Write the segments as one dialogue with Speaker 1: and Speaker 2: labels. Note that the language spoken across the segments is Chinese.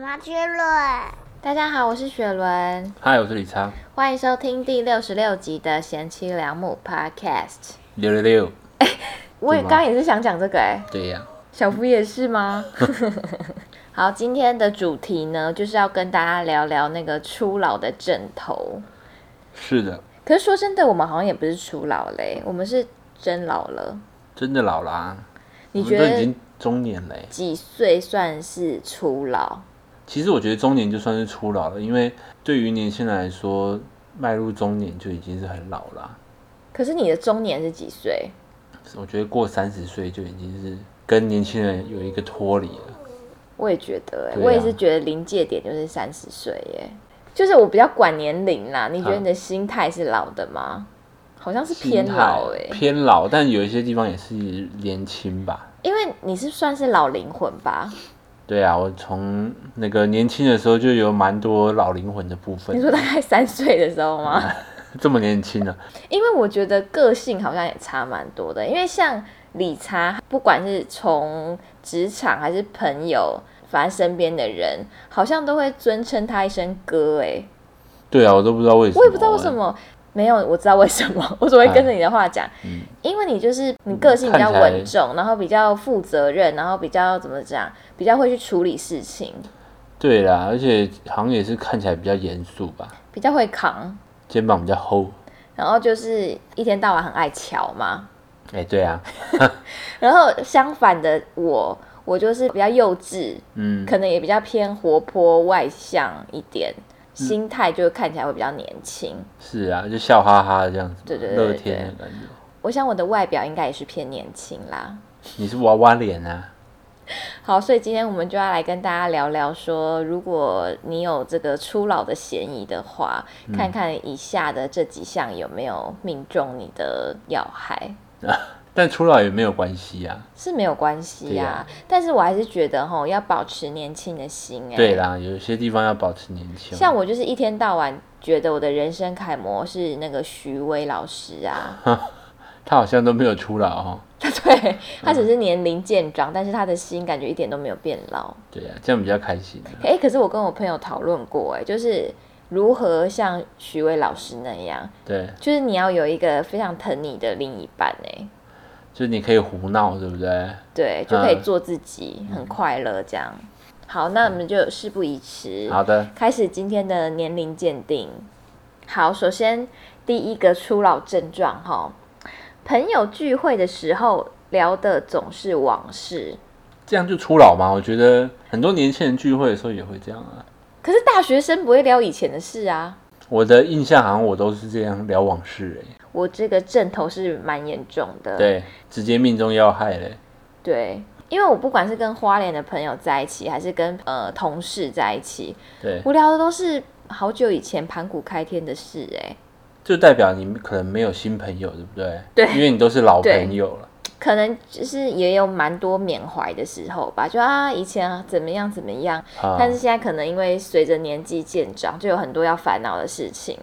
Speaker 1: 妈去了。
Speaker 2: 大家好，我是雪伦，
Speaker 3: 嗨，我是李昌，
Speaker 2: 欢迎收听第六十六集的贤妻良母 Podcast。
Speaker 3: 六六六。
Speaker 2: 我也
Speaker 3: 是吗
Speaker 2: 刚刚也是想讲这个哎、
Speaker 3: 对呀、
Speaker 2: 小福也是吗？ 好，今天的主题呢，就是要跟大家聊聊那个初老的枕头。
Speaker 3: 是的，
Speaker 2: 可是说真的，我们好像也不是初老嘞、我们是真老了。
Speaker 3: 真的老啦，
Speaker 2: 你
Speaker 3: 我
Speaker 2: 觉
Speaker 3: 们都已
Speaker 2: 得
Speaker 3: 经中年了欸。
Speaker 2: 几岁算是初老？
Speaker 3: 其实我觉得中年就算是初老了，因为对于年轻人来说，迈入中年就已经是很老啦。
Speaker 2: 可是你的中年是几岁？
Speaker 3: 我觉得过三十岁就已经是跟年轻人有一个脱离了。
Speaker 2: 我也觉得、欸，
Speaker 3: 对啊
Speaker 2: 我也是觉得临界点就是三十岁耶，就是我比较管年龄啦。你觉得你的心态是老的吗？好像是偏老哎、
Speaker 3: 心态偏老，但有一些地方也是年轻吧。
Speaker 2: 因为你是算是老灵魂吧？
Speaker 3: 对啊，我从那个年轻的时候就有蛮多老灵魂的部分
Speaker 2: 你。说大概三岁的时候吗？
Speaker 3: 这么年轻啊呢、
Speaker 2: 因为我觉得个性好像也差蛮多的，因为像理查，不管是从职场还是朋友，反正身边的人，好像都会尊称他一声哥哎、
Speaker 3: 对啊，我都不知道为什么欸。
Speaker 2: 我也不知道为什么。没有，我知道为什么， 我只会跟着你的话讲，
Speaker 3: 嗯
Speaker 2: 因为你就是你个性比较稳重，然后比较负责任，然后比较怎么讲，比较会去处理事情，
Speaker 3: 对啦，而且好像也是看起来比较严肃吧，
Speaker 2: 比较会扛，
Speaker 3: 肩膀比较厚。
Speaker 2: 然后就是一天到晚很爱瞧嘛。
Speaker 3: 哎、对啊，
Speaker 2: 然后相反的我，我就是比较幼稚，
Speaker 3: 嗯，
Speaker 2: 可能也比较偏活泼外向一点，
Speaker 3: 嗯
Speaker 2: 心态就看起来会比较年轻。
Speaker 3: 是啊，就笑哈哈的这样子嘛，
Speaker 2: 对对对
Speaker 3: 乐
Speaker 2: 对
Speaker 3: 天的感觉。
Speaker 2: 我想我的外表应该也是偏年轻啦。
Speaker 3: 你是娃娃脸啊？
Speaker 2: 好，所以今天我们就要来跟大家聊聊说，如果你有这个初老的嫌疑的话，
Speaker 3: 嗯
Speaker 2: 看看以下的这几项有没有命中你的要害。
Speaker 3: 但初老也没有关系啊。
Speaker 2: 是没有关系
Speaker 3: 对
Speaker 2: 呀、
Speaker 3: 呀
Speaker 2: 但是我还是觉得吼要保持年轻的心哎、
Speaker 3: 对啦，有些地方要保持年轻。
Speaker 2: 像我就是一天到晚觉得我的人生楷模是那个徐威老师啊，
Speaker 3: 他好像都没有初老哦。
Speaker 2: 对他只是年龄渐长，但是他的心感觉一点都没有变老。
Speaker 3: 对啊，这样比较开心、啊。
Speaker 2: 哎、可是我跟我朋友讨论过、哎，就是如何像徐威老师那样，
Speaker 3: 对，
Speaker 2: 就是你要有一个非常疼你的另一半、哎，
Speaker 3: 就是你可以胡闹，对不对？
Speaker 2: 对，就可以
Speaker 3: 嗯
Speaker 2: 做自己，很快乐这样。好，那我们就事不宜迟，
Speaker 3: 好的，
Speaker 2: 开始今天的年龄鉴定。好，首先第一个初老症状哈，朋友聚会的时候聊的总是往事，
Speaker 3: 这样就初老嘛？我觉得很多年轻人聚会的时候也会这样啊。
Speaker 2: 可是大学生不会聊以前的事啊。
Speaker 3: 我的印象好像我都是这样聊往事、欸，
Speaker 2: 我这个症头是蛮严重的，
Speaker 3: 对，直接命中要害嘞、
Speaker 2: 对因为我不管是跟花莲的朋友在一起，还是跟呃同事在一起，
Speaker 3: 对，
Speaker 2: 我聊的都是好久以前盘古开天的事、哎，
Speaker 3: 就代表你可能没有新朋友，对不对？
Speaker 2: 对
Speaker 3: 因为你都是老朋友了。
Speaker 2: 可能就是也有蛮多缅怀的时候吧，就啊以前怎么样怎么样，
Speaker 3: 啊
Speaker 2: 但是现在可能因为随着年纪渐长，就有很多要烦恼的事情。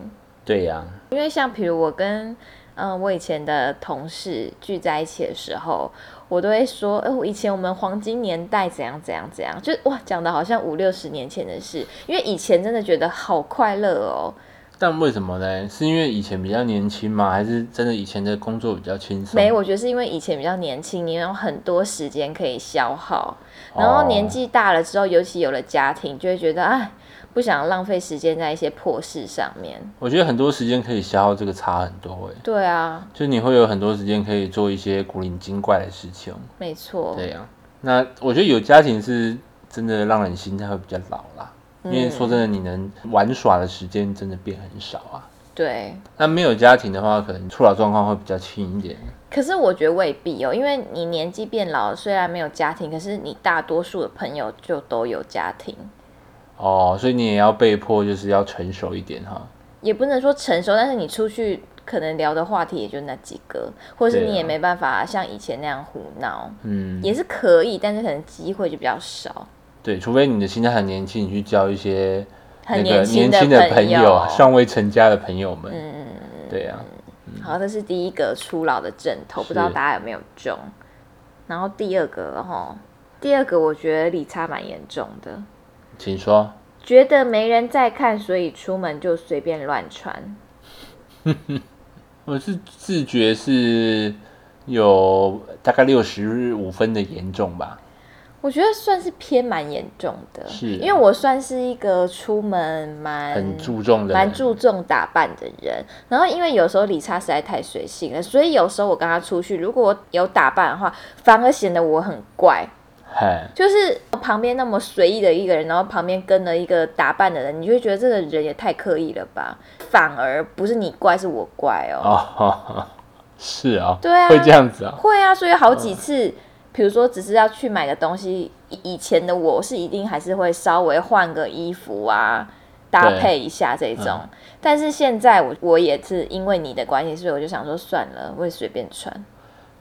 Speaker 3: 对呀、
Speaker 2: 因为像比如我跟嗯、我以前的同事聚在一起的时候，我都会说，哎、我以前我们黄金年代怎样怎样怎样，就哇讲的好像五六十年前的事，因为以前真的觉得好快乐哦。
Speaker 3: 但为什么呢？是因为以前比较年轻吗？还是真的以前的工作比较轻松？哦
Speaker 2: 没，我觉得是因为以前比较年轻，你有很多时间可以消耗，
Speaker 3: 哦
Speaker 2: 然后年纪大了之后，尤其有了家庭，就会觉得哎，不想浪费时间在一些破事上面。
Speaker 3: 我觉得很多时间可以消耗，这个差很多哎、
Speaker 2: 对啊，
Speaker 3: 就你会有很多时间可以做一些古灵精怪的事情。
Speaker 2: 没错。
Speaker 3: 对呀、那我觉得有家庭是真的让人心态会比较老啦，
Speaker 2: 嗯
Speaker 3: 因为说真的，你能玩耍的时间真的变很少啊。
Speaker 2: 对，
Speaker 3: 那没有家庭的话，可能初老状况会比较轻一点。
Speaker 2: 可是我觉得未必哦，因为你年纪变老了，虽然没有家庭，可是你大多数的朋友就都有家庭，
Speaker 3: 哦，所以你也要被迫就是要成熟一点哈。
Speaker 2: 也不能说成熟，但是你出去可能聊的话题也就那几个，或者是
Speaker 3: 对啊
Speaker 2: 你也没办法像以前那样胡闹，
Speaker 3: 嗯，
Speaker 2: 也是可以，但是可能机会就比较少。
Speaker 3: 对，除非你的心态很年轻，你去交一些
Speaker 2: 很
Speaker 3: 那个
Speaker 2: 轻
Speaker 3: 年
Speaker 2: 的
Speaker 3: 轻的朋
Speaker 2: 友，嗯
Speaker 3: 尚未成家的朋友们。对啊呀、
Speaker 2: 好，这是第一个初老的枕头，不知道
Speaker 3: 是
Speaker 2: 大家有没有中。哦然后第二个哈，第二个我觉得理差蛮严重的，
Speaker 3: 请说。
Speaker 2: 觉得没人在看，所以出门就随便乱穿。
Speaker 3: 我是自觉是有大概六十五分的严重吧。
Speaker 2: 我觉得算是偏蛮严重的，
Speaker 3: 是
Speaker 2: 因为我算是一个出门蛮
Speaker 3: 很注重的
Speaker 2: 嗯蛮注重打扮的人。然后因为有时候理查实在太随性了，所以有时候我跟他出去，如果我有打扮的话，反而显得我很怪。
Speaker 3: 嗨，
Speaker 2: 就是旁边那么随意的一个人，然后旁边跟了一个打扮的人，你就会觉得这个人也太刻意了吧？反而不是你怪，是我怪哦。
Speaker 3: 哦， 哈哈是哦，
Speaker 2: 对啊
Speaker 3: 会这样子哦，
Speaker 2: 会啊，所以好几
Speaker 3: 嗯
Speaker 2: 次，比如说只是要去买个东西，以以前的我是一定还是会稍微换个衣服啊，搭配一下这种。
Speaker 3: 嗯
Speaker 2: 但是现在我我也是因为你的关系，所以我就想说算了，我也随便穿。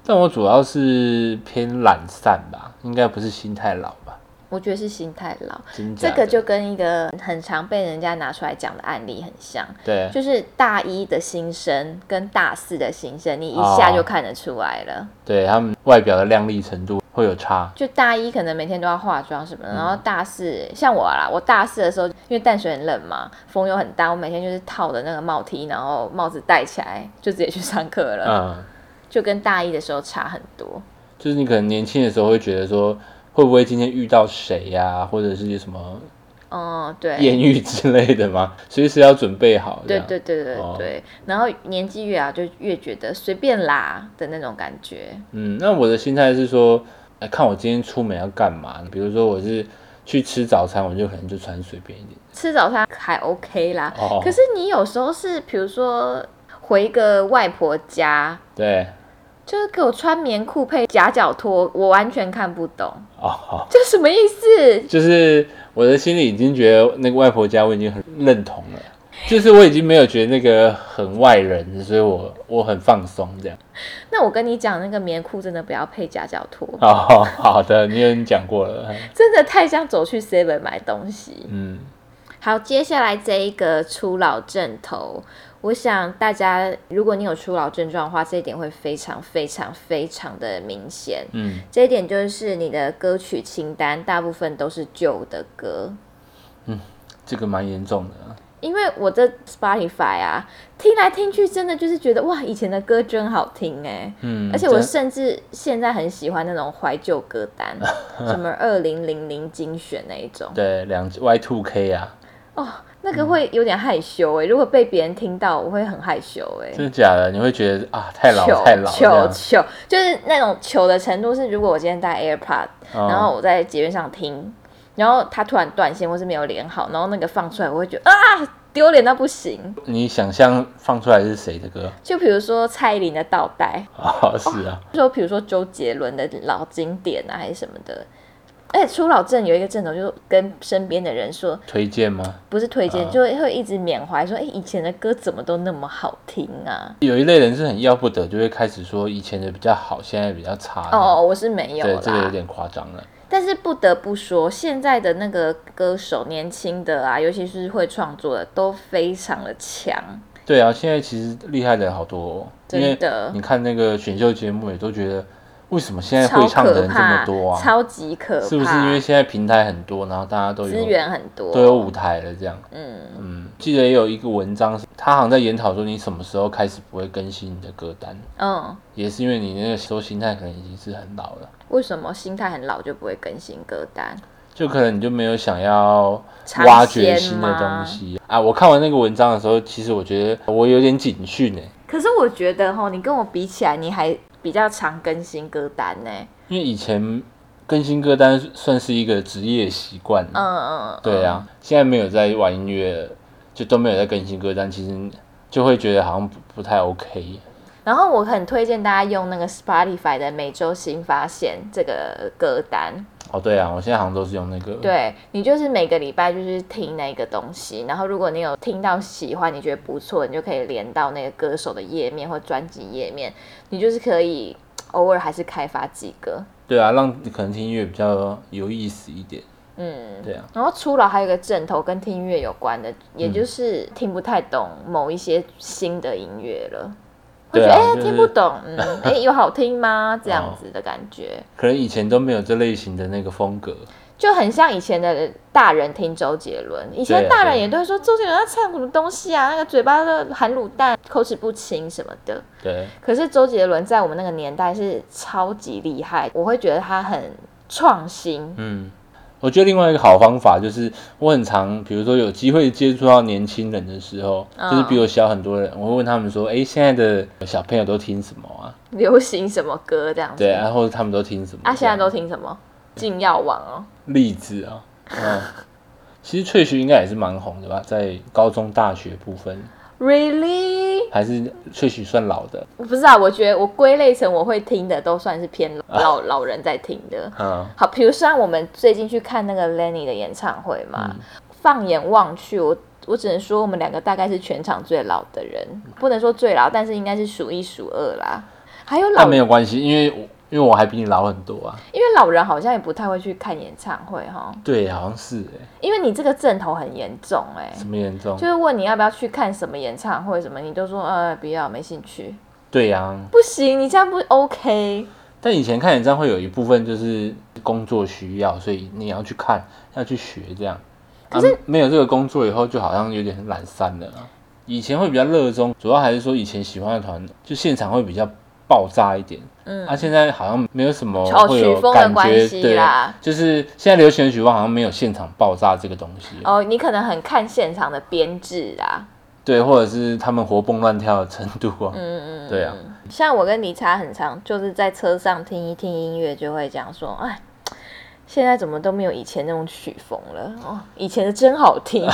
Speaker 3: 但我主要是偏懒散吧，应该不是心太老吧，
Speaker 2: 我觉得是心太老，
Speaker 3: 真假
Speaker 2: 这
Speaker 3: 的
Speaker 2: 个就跟一个很常被人家拿出来讲的案例很像。
Speaker 3: 对，
Speaker 2: 就是大一的新生跟大四的新生，你一
Speaker 3: 哦
Speaker 2: 下就看得出来了。
Speaker 3: 对他们外表的靓丽程度会有差，
Speaker 2: 就大一可能每天都要化妆什么的，然
Speaker 3: 嗯
Speaker 2: 后大四像我啦，我大四的时候因为淡水很冷嘛，风又很大，我每天就是套着那个帽 T，然后帽子戴起来就直接去上课了，
Speaker 3: 嗯，
Speaker 2: 就跟大一的时候差很多。
Speaker 3: 就是你可能年轻的时候会觉得说，会不会今天遇到谁呀、或者是什么
Speaker 2: 哦、对，
Speaker 3: 艳遇之类的 吗？随时要准备好，这
Speaker 2: 对
Speaker 3: 样
Speaker 2: 对对对
Speaker 3: 哦
Speaker 2: 对，然后年纪越大就越觉得随便啦的那种感觉。
Speaker 3: 嗯，那我的心态是说，哎，看我今天出门要干嘛？比如说我是去吃早餐，我就可能就穿随便一点。
Speaker 2: 吃早餐还 OK 啦，
Speaker 3: 哦
Speaker 2: 可是你有时候是比如说回一个外婆家，
Speaker 3: 对，
Speaker 2: 就是给我穿棉裤配夹脚拖，我完全看不懂。
Speaker 3: 哦，
Speaker 2: 这什么意思？
Speaker 3: 就是我的心里已经觉得那个外婆家我已经很认同了，就是我已经没有觉得那个很外人，所以我我很放松这样。
Speaker 2: 那我跟你讲，那个棉裤真的不要配夹脚拖，
Speaker 3: 哦，好的，你有你讲过了，
Speaker 2: 真的太像走去 Seven 买东西。
Speaker 3: 嗯，
Speaker 2: 好，接下来这一个初老症头，我想大家如果你有初老症状的话，这一点会非常非常非常的明显。
Speaker 3: 嗯，
Speaker 2: 这一点就是你的歌曲清单大部分都是旧的歌，
Speaker 3: 这个蛮严重的。
Speaker 2: 因为我的 Spotify 啊，听来听去真的就是觉得哇，以前的歌真好听哎、
Speaker 3: 嗯，
Speaker 2: 而且我
Speaker 3: 真
Speaker 2: 甚至现在很喜欢那种怀旧歌 单，什么二零零零精选那一种
Speaker 3: 对两 Y two K 啊，
Speaker 2: 哦，那
Speaker 3: 嗯
Speaker 2: 个会有点害羞哎、如果被别人听到，我会很害羞哎、
Speaker 3: 真的假的？你会觉得啊，太老
Speaker 2: 糗
Speaker 3: 太老这
Speaker 2: 糗
Speaker 3: 样，
Speaker 2: 糗，就是那种糗的程度是，如果我今天戴 AirPod，、
Speaker 3: 嗯
Speaker 2: 然后我在捷运上听，然后它突然断线或是没有连好，然后那个放出来，我会觉得啊丢脸到不行。
Speaker 3: 你想象放出来是谁的歌？
Speaker 2: 就比如说蔡依林的倒带，
Speaker 3: 哦，是啊，
Speaker 2: 说比如说周杰伦的老经典啊，还是什么的。而且初老症有一个症头，就是跟身边的人说，
Speaker 3: 推荐吗？
Speaker 2: 不是推荐，
Speaker 3: 啊
Speaker 2: 就会一直缅怀说，哎、以前的歌怎么都那么好听啊？
Speaker 3: 有一类人是很要不得，就会开始说以前的比较好，现在比较差。
Speaker 2: 哦，我是没有
Speaker 3: 啊对，这个有
Speaker 2: 啦。
Speaker 3: 点夸张了。
Speaker 2: 但是不得不说，现在的那个歌手，年轻的啊，尤其是会创作的，都非常的强。
Speaker 3: 对啊，现在其实厉害的人好多、哦，
Speaker 2: 真的
Speaker 3: 因为你看那个选秀节目，也都觉得为什么现在会唱的人这么多啊？
Speaker 2: 超级可怕，
Speaker 3: 是不是因为现在平台很多，然后大家都有
Speaker 2: 资源很多？
Speaker 3: 都有舞台了这样？
Speaker 2: 嗯，
Speaker 3: 嗯，记得也有一个文章，他好像在研讨说你什么时候开始不会更新你的歌单，
Speaker 2: 嗯，
Speaker 3: 也是因为你那个时候心态可能已经是很老了，
Speaker 2: 为什么心态很老就不会更新歌单？
Speaker 3: 就可能你就没有想要
Speaker 2: 尝
Speaker 3: 挖掘
Speaker 2: 鲜
Speaker 3: 新的
Speaker 2: 吗
Speaker 3: 东西啊！我看完那个文章的时候，其实我觉得我有点警讯欸呢、
Speaker 2: 可是我觉得哈，你跟我比起来，你还比较常更新歌单呢。
Speaker 3: 因为以前更新歌单算是一个职业习惯，
Speaker 2: 嗯嗯，嗯
Speaker 3: 对啊，现在没有在玩音乐了，就都没有在更新歌单，其实就会觉得好像不不太 OK。
Speaker 2: 然后我很推荐大家用那个 Spotify 的每周新发现这个歌单，
Speaker 3: 哦，对啊，我现在好像都是用那个，
Speaker 2: 对你就是每个礼拜就是听那个东西，然后如果你有听到喜欢，你觉得不错，你就可以连到那个歌手的页面或专辑页面，你就是可以偶尔还是开发几个，
Speaker 3: 对啊，让你可能听音乐比较有意思一点。
Speaker 2: 嗯。
Speaker 3: 对啊，
Speaker 2: 然后初老还有一个枕头跟听音乐有关的，
Speaker 3: 嗯
Speaker 2: 也就是听不太懂某一些新的音乐了，会觉
Speaker 3: 对
Speaker 2: 得
Speaker 3: 啊
Speaker 2: 哎、诶
Speaker 3: 就是
Speaker 2: 听不 懂，嗯，哎、有好听吗？这样子的感觉。
Speaker 3: 哦可能以前都没有这类型的那个风格，
Speaker 2: 就很像以前的大人听周杰伦，以前
Speaker 3: 对啊
Speaker 2: 大人
Speaker 3: 对
Speaker 2: 也都会说周杰伦在唱什么东西啊，那个嘴巴都含卤蛋，口齿不清什么的。
Speaker 3: 对，
Speaker 2: 可是周杰伦在我们那个年代是超级厉害，我会觉得他很创新。
Speaker 3: 嗯，我觉得另外一个好方法就是，我很常，比如说有机会接触到年轻人的时候，
Speaker 2: 嗯
Speaker 3: 就是比我小很多人，我会问他们说，哎，现在的小朋友都听什么啊？
Speaker 2: 流行什么歌这样子。
Speaker 3: 对，啊然、后他们都听什么？
Speaker 2: 啊，现在都听什么？禁药王哦，
Speaker 3: 励志啊，嗯，其实萃取应该也是蛮红的吧，在高中、大学部分，
Speaker 2: Really？
Speaker 3: 还是萃取算老的，
Speaker 2: 我不知道，我觉得我归类成我会听的都算是偏老、老人在听的。
Speaker 3: 嗯，
Speaker 2: 好，比如像我们最近去看那个 Lenny 的演唱会嘛，放眼望去，我我只能说我们两个大概是全场最老的人，不能说最老，但是应该是数一数二啦。还有
Speaker 3: 那
Speaker 2: 老
Speaker 3: 没，有关系，因为我因为我还比你老很多啊。
Speaker 2: 因为老人好像也不太会去看演唱会哈，
Speaker 3: 对，好像是哎，
Speaker 2: 因为你这个阵头很严重哎、
Speaker 3: 什么严重
Speaker 2: 就？是问你要不要去看什么演唱会什么，你就说呃不要，没兴趣。
Speaker 3: 对啊呀、
Speaker 2: 不行，你这样不 OK。
Speaker 3: 但以前看演唱会有一部分就是工作需要，所以你要去看，要去学这样。可是、没有这个工作以后，就好像有点懒散了啊。以前会比较热衷，主要还是说以前喜欢的团，就现场会比较爆炸一点。
Speaker 2: 嗯，
Speaker 3: 啊，现在好像没有什么
Speaker 2: 哦
Speaker 3: 会
Speaker 2: 曲
Speaker 3: 有
Speaker 2: 风的
Speaker 3: 感
Speaker 2: 关
Speaker 3: 觉，
Speaker 2: 系
Speaker 3: 对
Speaker 2: 啦，
Speaker 3: 就是现在流行的曲风好像没有现场爆炸这个东西，
Speaker 2: 哦，你可能很看现场的编制啊。
Speaker 3: 对，或者是他们活蹦乱跳的程度啊，
Speaker 2: 嗯嗯，
Speaker 3: 对啊，
Speaker 2: 像我跟理查很常就是在车上听一听音乐，就会讲说，哎。现在怎么都没有以前那种曲风了哦，以前的真好 听，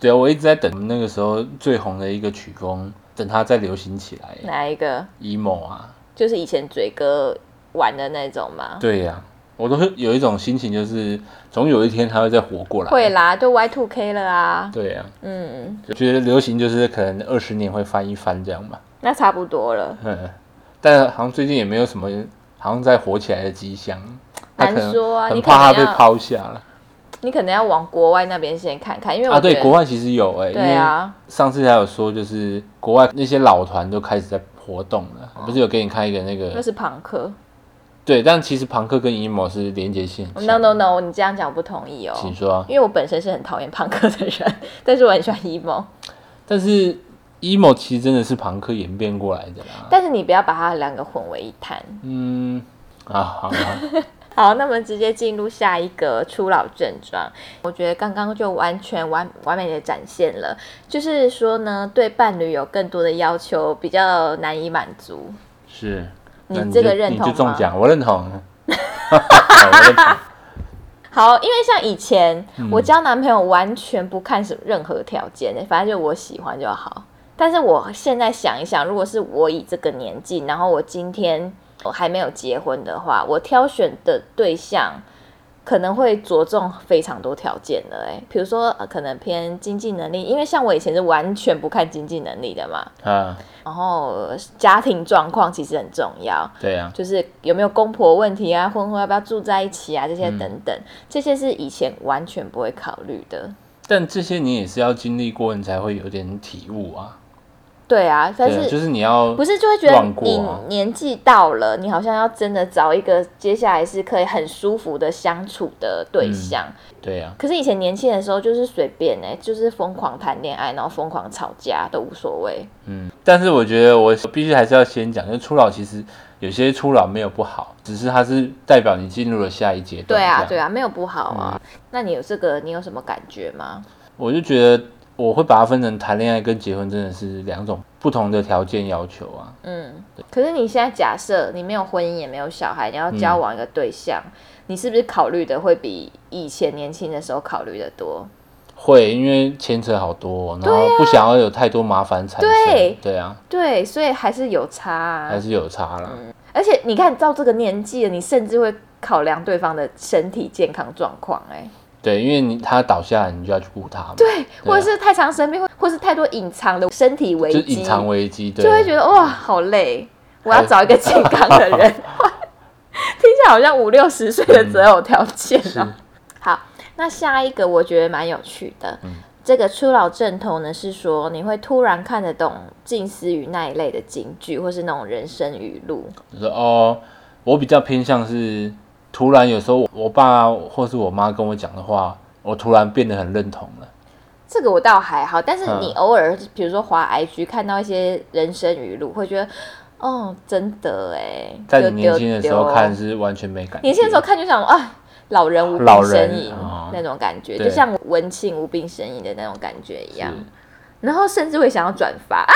Speaker 3: 对啊，我一直在等那个时候最红的一个曲风，等它再流行起来
Speaker 2: 哪一个？
Speaker 3: ，emo 啊，
Speaker 2: 就是以前嘴哥玩的那种嘛。
Speaker 3: 对呀、我都会有一种心情，就是总有一天它会再活过来。
Speaker 2: 会啦，就 Y Two K 了啊，
Speaker 3: 对呀、
Speaker 2: 嗯，
Speaker 3: 就觉得流行就是可能二十年会翻一翻这样吧。
Speaker 2: 那差不多了，
Speaker 3: 嗯，但好像最近也没有什么，好像在火起来的迹象。他可
Speaker 2: 难说啊
Speaker 3: 能很
Speaker 2: 你
Speaker 3: 怕它
Speaker 2: 可能
Speaker 3: 被
Speaker 2: 要
Speaker 3: 抛下了
Speaker 2: 你可能要往国外那边先看看，因为我
Speaker 3: 啊！
Speaker 2: 觉得
Speaker 3: 对，国外其实有哎、因
Speaker 2: 对
Speaker 3: 为
Speaker 2: 啊，
Speaker 3: 上次还有说，就是国外那些老团都开始在活动了，不是有给你看一个那个？
Speaker 2: 那是朋克。
Speaker 3: 对，但其实朋克跟 emo 是连接性很
Speaker 2: No
Speaker 3: 强。
Speaker 2: no no，你这样讲我不同意哦，
Speaker 3: 请说啊。
Speaker 2: 因为我本身是很讨厌朋克的人， 但是我很喜欢 emo。
Speaker 3: 但是 emo 其实真的是朋克演变过来的啦。
Speaker 2: 但是你不要把它两个混为一谈。
Speaker 3: 嗯，啊，好 啊，
Speaker 2: 好，那么直接进入下一个初老症状，我觉得刚刚就完全完完美的展现了，就是说呢，对伴侣有更多的要求，比较难以满足。
Speaker 3: 是。
Speaker 2: 你
Speaker 3: 那
Speaker 2: 这个
Speaker 3: 就
Speaker 2: 认同
Speaker 3: 你就中
Speaker 2: 吗
Speaker 3: 奖，我认 同。好我认同
Speaker 2: 好，因为像以前、我交男朋友完全不看什么任何条件的，反正就我喜欢就好。但是我现在想一想，如果是我以这个年纪，然后我今天我还没有结婚的话，我挑选的对象可能会着重非常多条件的、欸，比如说、呃可能偏经济能力，因为像我以前是完全不看经济能力的嘛，
Speaker 3: 啊，
Speaker 2: 然后呃家庭状况其实很重要，
Speaker 3: 对啊，
Speaker 2: 就是有没有公婆问题啊，婚后要不要住在一起啊，这
Speaker 3: 嗯
Speaker 2: 些等等，这些是以前完全不会考虑的。
Speaker 3: 但这些你也是要经历过，你才会有点体悟啊。
Speaker 2: 对啊，但
Speaker 3: 对
Speaker 2: 是、
Speaker 3: 啊，就是你要
Speaker 2: 不是就会觉得
Speaker 3: 乱过
Speaker 2: 你
Speaker 3: 啊
Speaker 2: 年纪到了，你好像要真的找一个接下来是可以很舒服的相处的对象。
Speaker 3: 对啊，
Speaker 2: 可是以前年轻的时候就是随便哎、就是疯狂谈恋爱，然后疯狂吵架都无所谓。
Speaker 3: 嗯。但是我觉得我必须还是要先讲，就是初老其实有些初老没有不好，只是它是代表你进入了下一阶段。
Speaker 2: 对啊，
Speaker 3: 这
Speaker 2: 对
Speaker 3: 样
Speaker 2: 啊，没有不好啊。
Speaker 3: 嗯
Speaker 2: 那你有这个，你有什么感觉吗？
Speaker 3: 我就觉得我会把它分成谈恋爱跟结婚真的是两种不同的条件要求啊。
Speaker 2: 嗯，可是你现在假设你没有婚姻也没有小孩，你要交往一个对象，你是不是考虑的会比以前年轻的时候考虑的多？
Speaker 3: 会，因为牵扯好多哦，然后不想要有太多麻烦产生。
Speaker 2: 啊对
Speaker 3: 对啊，
Speaker 2: 对，所以还是有差、
Speaker 3: 还
Speaker 2: 啊。
Speaker 3: 是有差啦。
Speaker 2: 而且你看到这个年纪了，你甚至会考量对方的身体健康状况、哎，
Speaker 3: 对，因为你他倒下来，你就要去顾他嘛，
Speaker 2: 对，啊或者是太常生病，或或是太多隐藏的身体危
Speaker 3: 就
Speaker 2: 机，
Speaker 3: 是隐藏危机，对，
Speaker 2: 就会觉得哇，好累，我要
Speaker 3: 还
Speaker 2: 找一个健康的 人。听起来好像五六十岁的择偶条件哦、好，那下一个我觉得蛮有趣的，
Speaker 3: 嗯
Speaker 2: 这个初老症头呢是说你会突然看得懂近似于那一类的京剧，或是那种人生语录。
Speaker 3: 就是哦，我比较偏向是突然有时候我我爸或是我妈跟我讲的话，我突然变得很认同了。
Speaker 2: 这个我倒还好，但是
Speaker 3: 嗯
Speaker 2: 你偶尔比如说滑 IG 看到一些人生语录，会觉得哦，真的哎，
Speaker 3: 在
Speaker 2: 丢
Speaker 3: 你年
Speaker 2: 丢
Speaker 3: 轻的时
Speaker 2: 丢
Speaker 3: 候看是完全没感觉，
Speaker 2: 年轻的时候看就想啊，老人无病
Speaker 3: 老
Speaker 2: 呻
Speaker 3: 人
Speaker 2: 吟
Speaker 3: 哦
Speaker 2: 那种感觉，
Speaker 3: 对
Speaker 2: 就像文庆无病呻吟的那种感觉一样
Speaker 3: 是。
Speaker 2: 然后甚至会想要转发啊，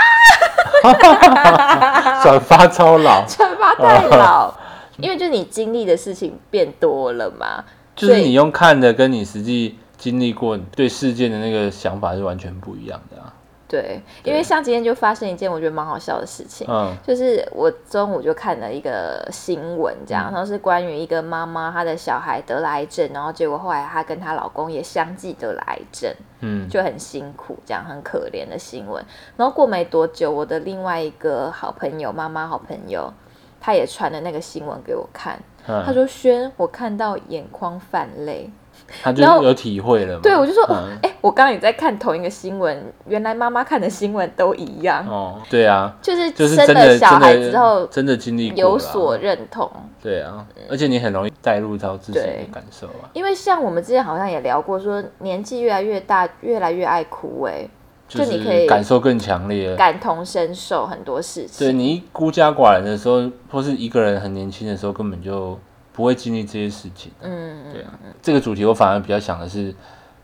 Speaker 3: 转发超 老，
Speaker 2: 转发太 老，因为就是你经历的事情变多了嘛。
Speaker 3: 就是
Speaker 2: 所以
Speaker 3: 你用看的跟你实际经历过对事件的那个想法是完全不一样的啊。
Speaker 2: 对，因为像今天就发生一件我觉得蛮好笑的事情，
Speaker 3: 嗯，
Speaker 2: 就是我中午就看了一个新闻，这
Speaker 3: 嗯
Speaker 2: 样，然后是关于一个妈妈她的小孩得了癌症，然后结果后来她跟她老公也相继得了癌症，
Speaker 3: 嗯，
Speaker 2: 就很辛苦，这样很可怜的新闻。然后过没多久，我的另外一个好朋友，妈妈好朋友，她也传了那个新闻给我看，
Speaker 3: 嗯
Speaker 2: 她说：“轩，我看到眼眶泛泪。”
Speaker 3: 他就
Speaker 2: 然后
Speaker 3: 有体会了嘛。
Speaker 2: 对，我就说：“哎、
Speaker 3: 嗯
Speaker 2: 诶我刚刚也在看同一个新闻，原来妈妈看的新闻都一样，
Speaker 3: 哦，对啊，
Speaker 2: 就是
Speaker 3: 就是
Speaker 2: 生
Speaker 3: 真
Speaker 2: 了
Speaker 3: 的
Speaker 2: 小孩
Speaker 3: 真的
Speaker 2: 之后
Speaker 3: 真的经历过
Speaker 2: 有
Speaker 3: 了啊
Speaker 2: 所认同。”
Speaker 3: 对啊，而且你很容易带入到自己的
Speaker 2: 对
Speaker 3: 感受啊，
Speaker 2: 因为像我们之前好像也聊过说年纪越来越大，越来越爱哭、哎，就是你可以
Speaker 3: 感受更强烈了。
Speaker 2: 感同身受很多事
Speaker 3: 对
Speaker 2: 情。
Speaker 3: 你一孤家寡人的时候，或是一个人很年轻的时候，根本就不会经历这些事情。
Speaker 2: 嗯，
Speaker 3: 对啊，这个主题我反而比较想的是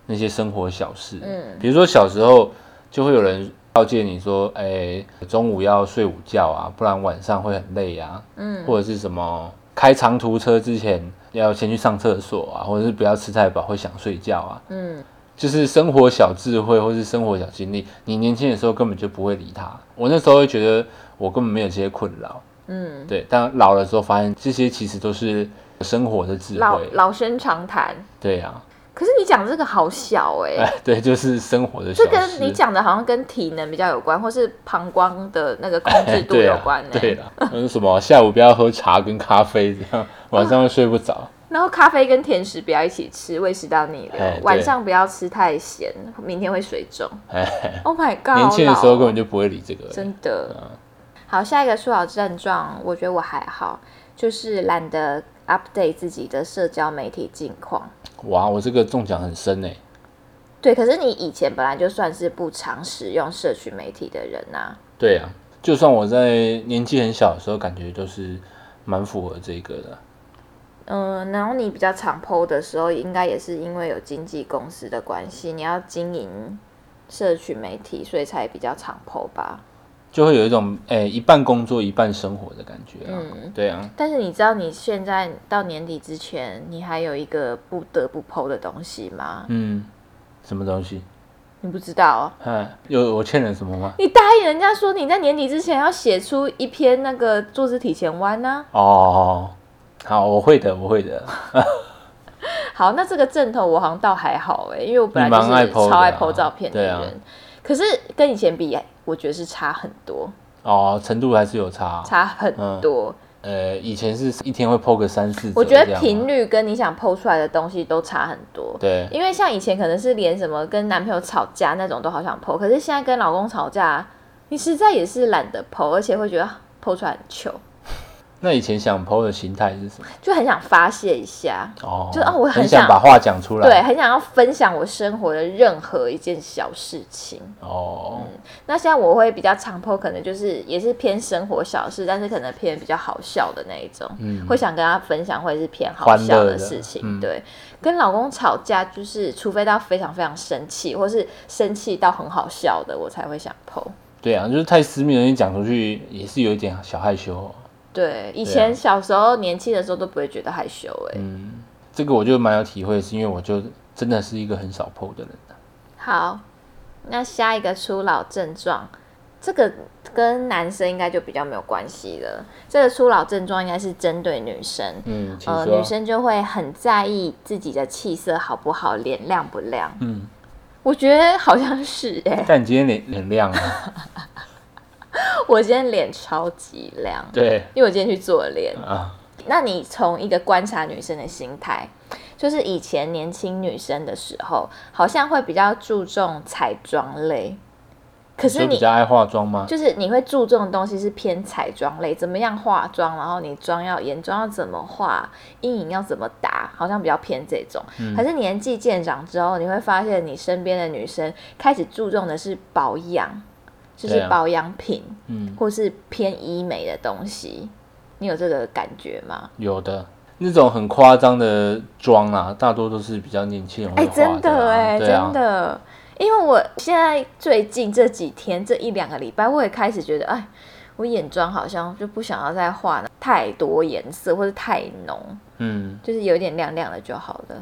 Speaker 3: 那些生活小事，
Speaker 2: 嗯
Speaker 3: 比如说小时候就会有人告诫你说，哎，中午要睡午觉啊，不然晚上会很累啊，
Speaker 2: 嗯，
Speaker 3: 或者是什么开长途车之前要先去上厕所啊，或者是不要吃太饱会想睡觉啊，
Speaker 2: 嗯，
Speaker 3: 就是生活小智慧或是生活小经历，你年轻的时候根本就不会理它。我那时候会觉得我根本没有这些困扰，
Speaker 2: 嗯，
Speaker 3: 对，但老了之后发现这些其实都是生活的智
Speaker 2: 老
Speaker 3: 慧，
Speaker 2: 老生常谈。
Speaker 3: 对啊，
Speaker 2: 可是你讲这个好小哎、
Speaker 3: 哎，对，就是生活的小
Speaker 2: 这
Speaker 3: 事。
Speaker 2: 跟你讲的好像跟体能比较有关，或是膀胱的那个控
Speaker 3: 哎
Speaker 2: 制度
Speaker 3: 对
Speaker 2: 有
Speaker 3: 啊
Speaker 2: 关哎、
Speaker 3: 对啦，那是什么下午不要喝茶跟咖啡，这样晚上会睡不着。
Speaker 2: 然后咖啡跟甜食不要一起吃，胃食道逆流
Speaker 3: 哎。对
Speaker 2: 晚上不要吃太咸，明天会水肿。
Speaker 3: 哎，
Speaker 2: Oh my god！
Speaker 3: 年轻的时
Speaker 2: 好
Speaker 3: 候
Speaker 2: 老
Speaker 3: 根本就不会理这个。
Speaker 2: 真的。好，下一个疏导症状，我觉得我还好，就是懒得 update 自己的社交媒体近况。
Speaker 3: 哇，我这个中奖很深哎，
Speaker 2: 对，可是你以前本来就算是不常使用社群媒体的人呐、
Speaker 3: 对啊，就算我在年纪很小的时候，感觉都是蛮符合这个的。
Speaker 2: 嗯，然后你比较常 PO 的时候，应该也是因为有经纪公司的关系，你要经营社群媒体，所以才比较常 PO 吧。
Speaker 3: 就会有一种诶、一半工作一半生活的感觉啊。
Speaker 2: 嗯
Speaker 3: 对啊，
Speaker 2: 但是你知道你现在到年底之前，你还有一个不得不 PO 的东西吗？
Speaker 3: 嗯，什么东西？
Speaker 2: 你不知道哦、
Speaker 3: 哎，有我欠了什么吗？
Speaker 2: 你答应人家说你在年底之前要写出一篇那个坐姿体前啊弯呢、
Speaker 3: 哦，好，我会的，我会的。
Speaker 2: 好，那这个正头我好像倒还好哎、因为我本来
Speaker 3: 你蛮爱
Speaker 2: 就是
Speaker 3: po 的啊
Speaker 2: 超爱 PO 照片的
Speaker 3: 对
Speaker 2: 人，
Speaker 3: 啊
Speaker 2: 可是跟以前比，我觉得是差很多，
Speaker 3: 哦，程度还是有差。啊
Speaker 2: 差很多。
Speaker 3: 呃，以前是一天会 PO 个三四则这样啊，
Speaker 2: 我觉得频率跟你想 PO 出来的东西都差很多。
Speaker 3: 对，
Speaker 2: 因为像以前可能是连什么跟男朋友吵架那种都好想 PO，可是现在跟老公吵架，你实在也是懒得 PO，而且会觉得啊 PO 出来很糗，
Speaker 3: 那以前想 PO 的形态是什么？
Speaker 2: 就很想发泄一下。
Speaker 3: 哦，
Speaker 2: 就是哦我很
Speaker 3: 很想
Speaker 2: 想
Speaker 3: 把话讲出来。
Speaker 2: 对，，很想要分享我生活的任何一件小事情。
Speaker 3: 哦，
Speaker 2: 那现在我会比较常 po，可能就是也是偏生活小事，但是可能偏比较好笑的那一种，
Speaker 3: 嗯
Speaker 2: 会想跟他分享，或者是偏好
Speaker 3: 欢乐
Speaker 2: 笑
Speaker 3: 的
Speaker 2: 事情。
Speaker 3: 嗯
Speaker 2: 对，跟老公吵架，就是除非到非常非常生气，或是生气到很好笑的，我才会想 po。
Speaker 3: 对啊，就是太私密了，你讲出去也是有一点小害羞、哦。
Speaker 2: 对，以前小时候年轻的时候都不会觉得害羞、欸，哎、
Speaker 3: 啊嗯，这个我就蛮有体会，是因为我就真的是一个很少 PO 的人啊、
Speaker 2: 好，那下一个初老症状，这个跟男生应该就比较没有关系了。这个初老症状应该是针对女生，
Speaker 3: 嗯，请
Speaker 2: 呃，
Speaker 3: 说。
Speaker 2: 女生就会很在意自己的气色好不好，脸亮不亮。
Speaker 3: 嗯，
Speaker 2: 我觉得好像是哎、
Speaker 3: 但你今天脸脸 亮啊，
Speaker 2: 我今天脸超级亮，
Speaker 3: 对
Speaker 2: 因为我今天去做脸。
Speaker 3: 啊，
Speaker 2: 那你从一个观察女生的心态，就是以前年轻女生的时候，好像会比较注重彩妆类，可是
Speaker 3: 就比
Speaker 2: 你
Speaker 3: 较爱化妆吗？
Speaker 2: 就是你会注重的东西是偏彩妆类，怎么样化妆，然后你妆要眼妆要怎么画，阴影要怎么打，好像比较偏这种。
Speaker 3: 嗯
Speaker 2: 可是年纪渐长之后，你会发现你身边的女生开始注重的是保养，就是
Speaker 3: 对啊
Speaker 2: 保养品、
Speaker 3: 嗯，
Speaker 2: 或是偏医美的东西。你有这个感觉吗？
Speaker 3: 有的。那种很夸张的妆啊，大多都是比较年轻人
Speaker 2: 哎、
Speaker 3: 会化的、啊。
Speaker 2: 真的哎、
Speaker 3: 对啊
Speaker 2: 真的，因为我现在最近这几天这一两个礼拜，我也开始觉得，哎，我眼妆好像就不想要再画太多颜色或者太浓，
Speaker 3: 嗯，
Speaker 2: 就是有点亮亮的就好了，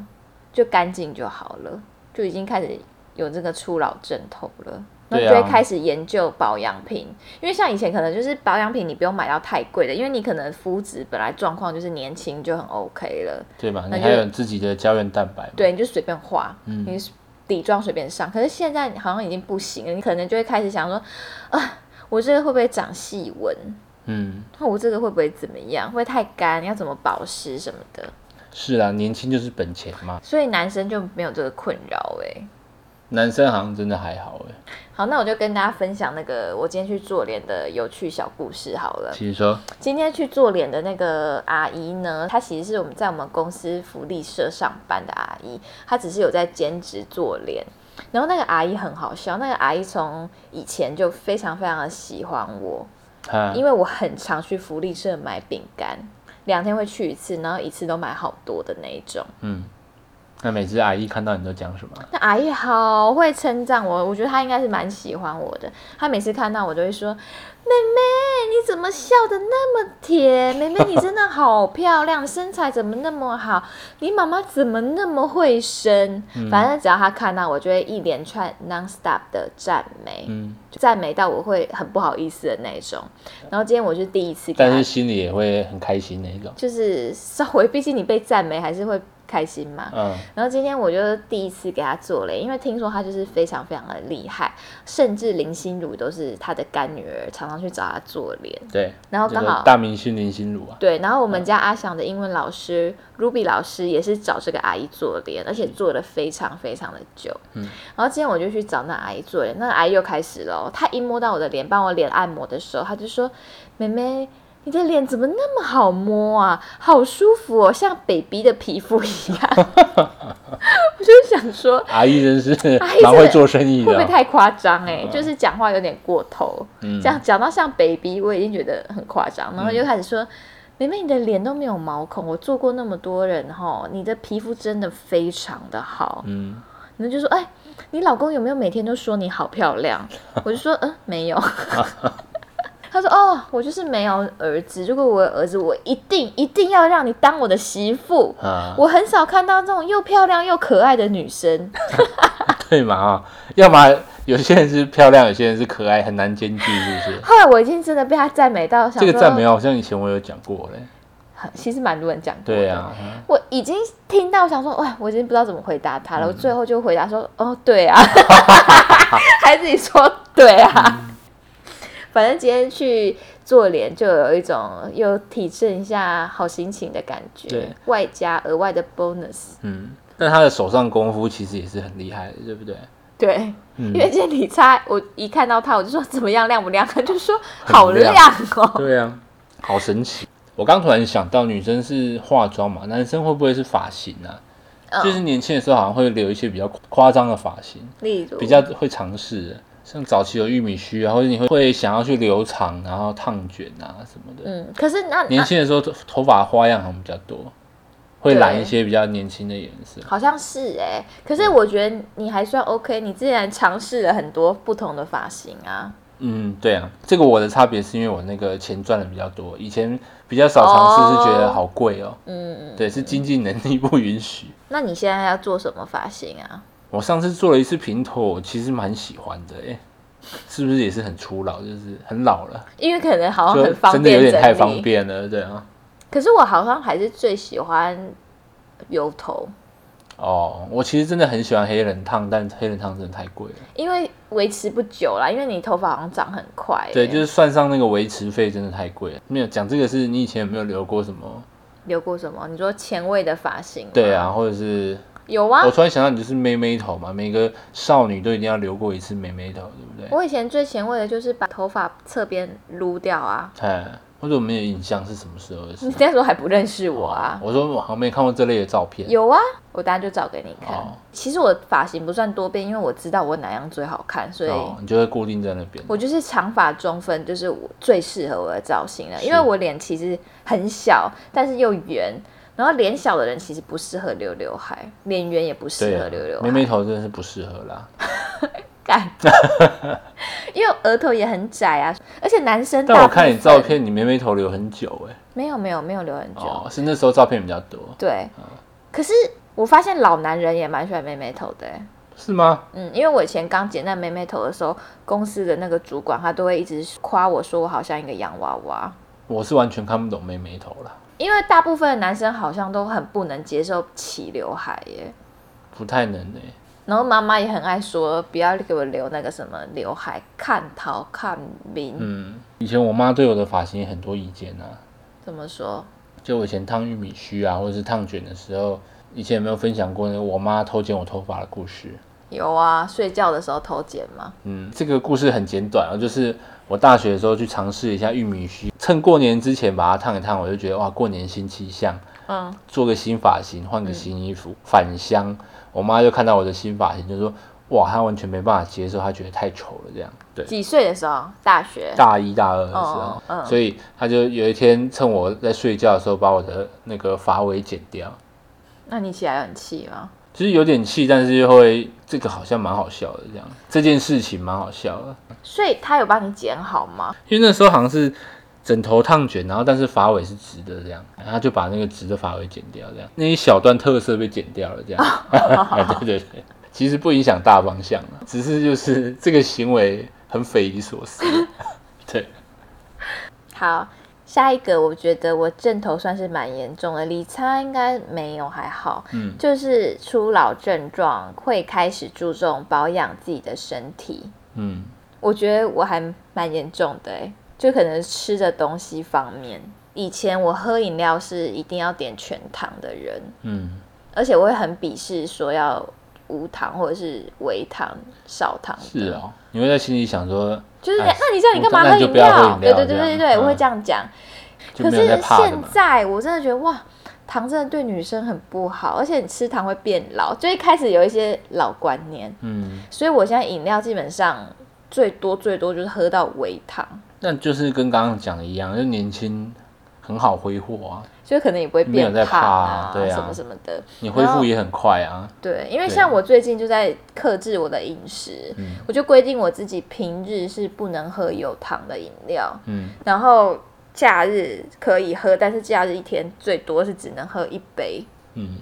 Speaker 2: 就干净就好了，就已经开始有这个初老症头了。然后
Speaker 3: 对啊
Speaker 2: 就会开始研究保养品，因为像以前可能就是保养品，你不用买到太贵的，因为你可能肤质本来状况就是年轻就很 OK 了，
Speaker 3: 对吧？
Speaker 2: 那
Speaker 3: 你
Speaker 2: 就
Speaker 3: 还有自己的胶原蛋白嘛。
Speaker 2: 对，你就随便画，你底妆随便上。可是现在好像已经不行了，你可能就会开始想说，啊，我这个会不会长细纹？
Speaker 3: 嗯，
Speaker 2: 那我这个会不会怎么样？会不会太干？要怎么保湿什么的？
Speaker 3: 是啊，年轻就是本钱嘛。
Speaker 2: 所以男生就没有这个困扰哎、
Speaker 3: 男生好像真的还好哎。
Speaker 2: 好，那我就跟大家分享那个我今天去做脸的有趣小故事好了。
Speaker 3: 其实说，
Speaker 2: 今天去做脸的那个阿姨呢，她其实是我们在我们公司福利社上班的阿姨，她只是有在兼职做脸。然后那个阿姨很好笑，那个阿姨从以前就非常非常的喜欢我，
Speaker 3: 他
Speaker 2: 因为我很常去福利社买饼干，两天会去一次，然后一次都买好多的那一种。
Speaker 3: 嗯，那每次阿姨看到你都讲什么？
Speaker 2: 那阿姨好会称赞我，我觉得她应该是蛮喜欢我的。她每次看到我都会说：“妹妹，你怎么笑的那么甜？妹妹，你真的好漂亮，身材怎么那么好？你妈妈怎么那么会生？”
Speaker 3: 嗯
Speaker 2: 反正只要她看到我，就会一连串 non stop 的赞美，
Speaker 3: 嗯，
Speaker 2: 赞美到我会很不好意思的那种。然后今天我就第一次给
Speaker 3: 但
Speaker 2: 她
Speaker 3: 是心里也会很开心那一种。
Speaker 2: 就是稍微，毕竟你被赞美还是会开心嘛。
Speaker 3: 嗯，
Speaker 2: 然后今天我就第一次给他做了，因为听说他就是非常非常的厉害，甚至林心如都是他的干女儿，常常去找他做脸。
Speaker 3: 对。
Speaker 2: 然后刚
Speaker 3: 这
Speaker 2: 好
Speaker 3: 个大明星林心如啊，
Speaker 2: 对，然后我们家阿翔的英文老师 Ruby 老师也是找这个阿姨做脸，而且做了非常非常的久。嗯，然后今天我就去找那阿姨做脸，那阿姨又开始了哦，她一摸到我的脸，帮我脸按摩的时候，她就说：“妹妹，你的脸怎么那么好摸啊？好舒服哦，像 baby 的皮肤一样。” 我就想说，
Speaker 3: 阿姨真是
Speaker 2: 阿姨
Speaker 3: 蛮
Speaker 2: 真
Speaker 3: 会
Speaker 2: 的
Speaker 3: 做生意
Speaker 2: 会不
Speaker 3: 的
Speaker 2: 会
Speaker 3: 哦。
Speaker 2: 太夸张？哎，就是讲话有点过头，
Speaker 3: 嗯
Speaker 2: 这样讲到像 baby，我已经觉得很夸张，然后又开始说。妹妹，你的脸都没有毛孔，我做过那么多人哈，你的皮肤真的非常的好。
Speaker 3: 嗯，
Speaker 2: 然后就说，哎，你老公有没有每天都说你好漂亮？ 我就说，嗯，没有。 他说，哦，我就是没有儿子，如果我有儿子，我一定一定要让你当我的媳妇。
Speaker 3: 啊，
Speaker 2: 我很少看到这种又漂亮又可爱的女生。
Speaker 3: 对嘛啊，要么有些人是漂亮，有些人是可爱，很难兼具，是不是？
Speaker 2: 后来我已经真的被他赞美到，想
Speaker 3: 这
Speaker 2: 说
Speaker 3: 个赞美好像以前我有讲过嘞。
Speaker 2: 很其实蛮多人讲过的。
Speaker 3: 对啊，嗯
Speaker 2: 我已经听到想说，哇，我已经不知道怎么回答他
Speaker 3: 嗯
Speaker 2: 了。我最后就回答说，哦，对 啊，还自己说对啊。
Speaker 3: 嗯
Speaker 2: 反正今天去做脸，就有一种又提振一下好心情的感觉
Speaker 3: 对，
Speaker 2: 外加额外的 bonus。
Speaker 3: 嗯，但他的手上功夫其实也是很厉害的，对不对？
Speaker 2: 对，
Speaker 3: 嗯
Speaker 2: 因为今天理查，我一看到他，我就说怎么样亮不亮？他就说
Speaker 3: 很
Speaker 2: 好
Speaker 3: 亮
Speaker 2: 哦。
Speaker 3: 对啊，好神奇！我刚突然想到，女生是化妆嘛，男生会不会是发型啊？
Speaker 2: 嗯
Speaker 3: 就是年轻的时候好像会留一些比较夸张的发型，
Speaker 2: 例如
Speaker 3: 比较会尝试的，像早期有玉米须啊，或者你会会想要去留长，然后烫卷啊什么的。
Speaker 2: 嗯，可是那
Speaker 3: 年
Speaker 2: 那
Speaker 3: 轻的时候头头发花样好像比较多，会染一些比较年轻的颜色。
Speaker 2: 好像是哎、可
Speaker 3: 嗯
Speaker 2: 是我觉得你还算 OK，你之前尝试了很多不同的发型啊。
Speaker 3: 嗯，对啊，这个我的差别是因为我那个钱赚的比较多，以前比较少尝试，是觉得好贵哦。
Speaker 2: 嗯，
Speaker 3: 对，是经济能力不允许。
Speaker 2: 那你现在要做什么发型啊？
Speaker 3: 我上次做了一次平头，我其实蛮喜欢的、诶，是不是也是很初老，就是很老了，
Speaker 2: 因为可能好像
Speaker 3: 就
Speaker 2: 哦很方
Speaker 3: 真的有
Speaker 2: 便
Speaker 3: 点
Speaker 2: 整理，
Speaker 3: 太方便了，对啊。
Speaker 2: 可是我好像还是最喜欢油头，
Speaker 3: 哦，我其实真的很喜欢黑人烫，但黑人烫真的太贵了。
Speaker 2: 因为维持不久啦，因为你头发好像长很快欸、
Speaker 3: 对，就是算上那个维持费，真的太贵了。没有讲这个是你以前有没有留过什么？
Speaker 2: 留过什么？你说前卫的发型？
Speaker 3: 对，啊，或者是
Speaker 2: 有啊
Speaker 3: 我，突然想到，你就是妹妹头嘛，每个少女都一定要留过一次妹妹头，对不对？
Speaker 2: 我以前最前卫的就是把头发侧边撸掉啊。
Speaker 3: 哎，或者我没有印象是什么时候的
Speaker 2: 你
Speaker 3: 事。
Speaker 2: 那时候还不认识我啊？
Speaker 3: 我说我好像没看过这类的照片。
Speaker 2: 有啊，我等下就找给你看。
Speaker 3: 哦
Speaker 2: 其实我发型不算多变，因为我知道我哪样最好看，所以
Speaker 3: 哦，你就会固定在那边。
Speaker 2: 我就是长发中分，就是我最适合我的造型了。
Speaker 3: 是
Speaker 2: 因为我脸其实很小，但是又圆，然后脸小的人其实不适合留刘海，脸圆也不适
Speaker 3: 对
Speaker 2: 合
Speaker 3: 啊
Speaker 2: 留刘，海。
Speaker 3: 妹妹头真的是不适合啦。
Speaker 2: 干，因为额头也很窄啊，而且男生大
Speaker 3: 但我
Speaker 2: 部
Speaker 3: 看你
Speaker 2: 分
Speaker 3: 照，片，你妹妹头留很久哎、
Speaker 2: 没有没有没有留很久，
Speaker 3: 哦，嗯是那时候照片比较多，
Speaker 2: 对，可是。我发现老男人也蛮喜欢妹妹头的欸、
Speaker 3: 是吗？
Speaker 2: 嗯，因为我以前刚剪那妹妹头的时候，公司的那个主管他都会一直夸我说我好像一个洋娃娃，
Speaker 3: 我是完全看不懂妹妹头啦，
Speaker 2: 因为大部分的男生好像都很不能接受齐刘海耶。
Speaker 3: 不太能哎、
Speaker 2: 然后妈妈也很爱说，不要给我留那个什么刘海，看头看明。
Speaker 3: 嗯，以前我妈对我的发型也很多意见啊，
Speaker 2: 怎么说？
Speaker 3: 就我以前烫玉米须啊，或者是烫卷的时候，以前有没有分享过呢？我妈偷剪我头发的故事？
Speaker 2: 有啊，睡觉的时候偷剪吗？
Speaker 3: 嗯，这个故事很简短啊，就是我大学的时候去尝试一下玉米须，趁过年之前把它烫一烫，我就觉得哇，过年新气象，
Speaker 2: 嗯，
Speaker 3: 做个新发型，换个新衣服，返乡。我妈就看到我的新发型，就说哇，她完全没办法接受，她觉得太丑了这样。对，
Speaker 2: 几岁的时候？大学。
Speaker 3: 大一大二的时候
Speaker 2: 哦，嗯
Speaker 3: 所以她就有一天趁我在睡觉的时候，把我的那个发尾剪掉。
Speaker 2: 那你起来很气吗？
Speaker 3: 其实有点气，但是又会这个好像蛮好笑的，这样这件事情蛮好笑的，
Speaker 2: 所以他有帮你剪好吗？
Speaker 3: 因为那时候好像是枕头烫卷，然后但是发尾是直的这样，然后他就把那个直的发尾剪掉，这样那 一小段特色被剪掉了，这样，对对对，其实不影响大方向啊，只是就是这个行为很匪夷所思，啊对，
Speaker 2: 好，下一个我觉得我正头算是蛮严重的，理差应该没有还好，
Speaker 3: 嗯，
Speaker 2: 就是初老症状会开始注重保养自己的身体，
Speaker 3: 嗯，
Speaker 2: 我觉得我还蛮严重的、欸，就可能吃的东西方面，以前我喝饮料是一定要点全糖的人，
Speaker 3: 嗯，
Speaker 2: 而且我会很鄙视说要无糖或者是微糖、少糖的，
Speaker 3: 是哦，你会在心里想说
Speaker 2: 就是那
Speaker 3: 哎
Speaker 2: 那你叫你干嘛
Speaker 3: 那
Speaker 2: 喝
Speaker 3: 你就
Speaker 2: 饮
Speaker 3: 不要喝
Speaker 2: 料？
Speaker 3: 饮
Speaker 2: 对
Speaker 3: 料
Speaker 2: 对对
Speaker 3: 这
Speaker 2: 对
Speaker 3: 样
Speaker 2: 对，我会
Speaker 3: 嗯
Speaker 2: 这样讲。
Speaker 3: 就
Speaker 2: 可
Speaker 3: 没有
Speaker 2: 是
Speaker 3: 在怕的
Speaker 2: 现
Speaker 3: 嘛，
Speaker 2: 在我真的觉得哇，糖真的对女生很不好，而且你吃糖会变老，就一开始有一些老观念，
Speaker 3: 嗯，
Speaker 2: 所以我现在饮料基本上最多最多就是喝到微糖，
Speaker 3: 那就是跟刚刚讲的一样，就年轻很好挥霍啊，
Speaker 2: 所以可能也不会
Speaker 3: 没有
Speaker 2: 变
Speaker 3: 在
Speaker 2: 胖
Speaker 3: 怕啊对啊
Speaker 2: 什么什么的。
Speaker 3: 你恢复也很快啊，
Speaker 2: 对，因为
Speaker 3: 对
Speaker 2: 像我最近就在克制我的饮食，
Speaker 3: 啊
Speaker 2: 我就规定我自己平日是不能喝有糖的饮料，
Speaker 3: 嗯，
Speaker 2: 然后假日可以喝，但是假日一天最多是只能喝一杯。
Speaker 3: 嗯，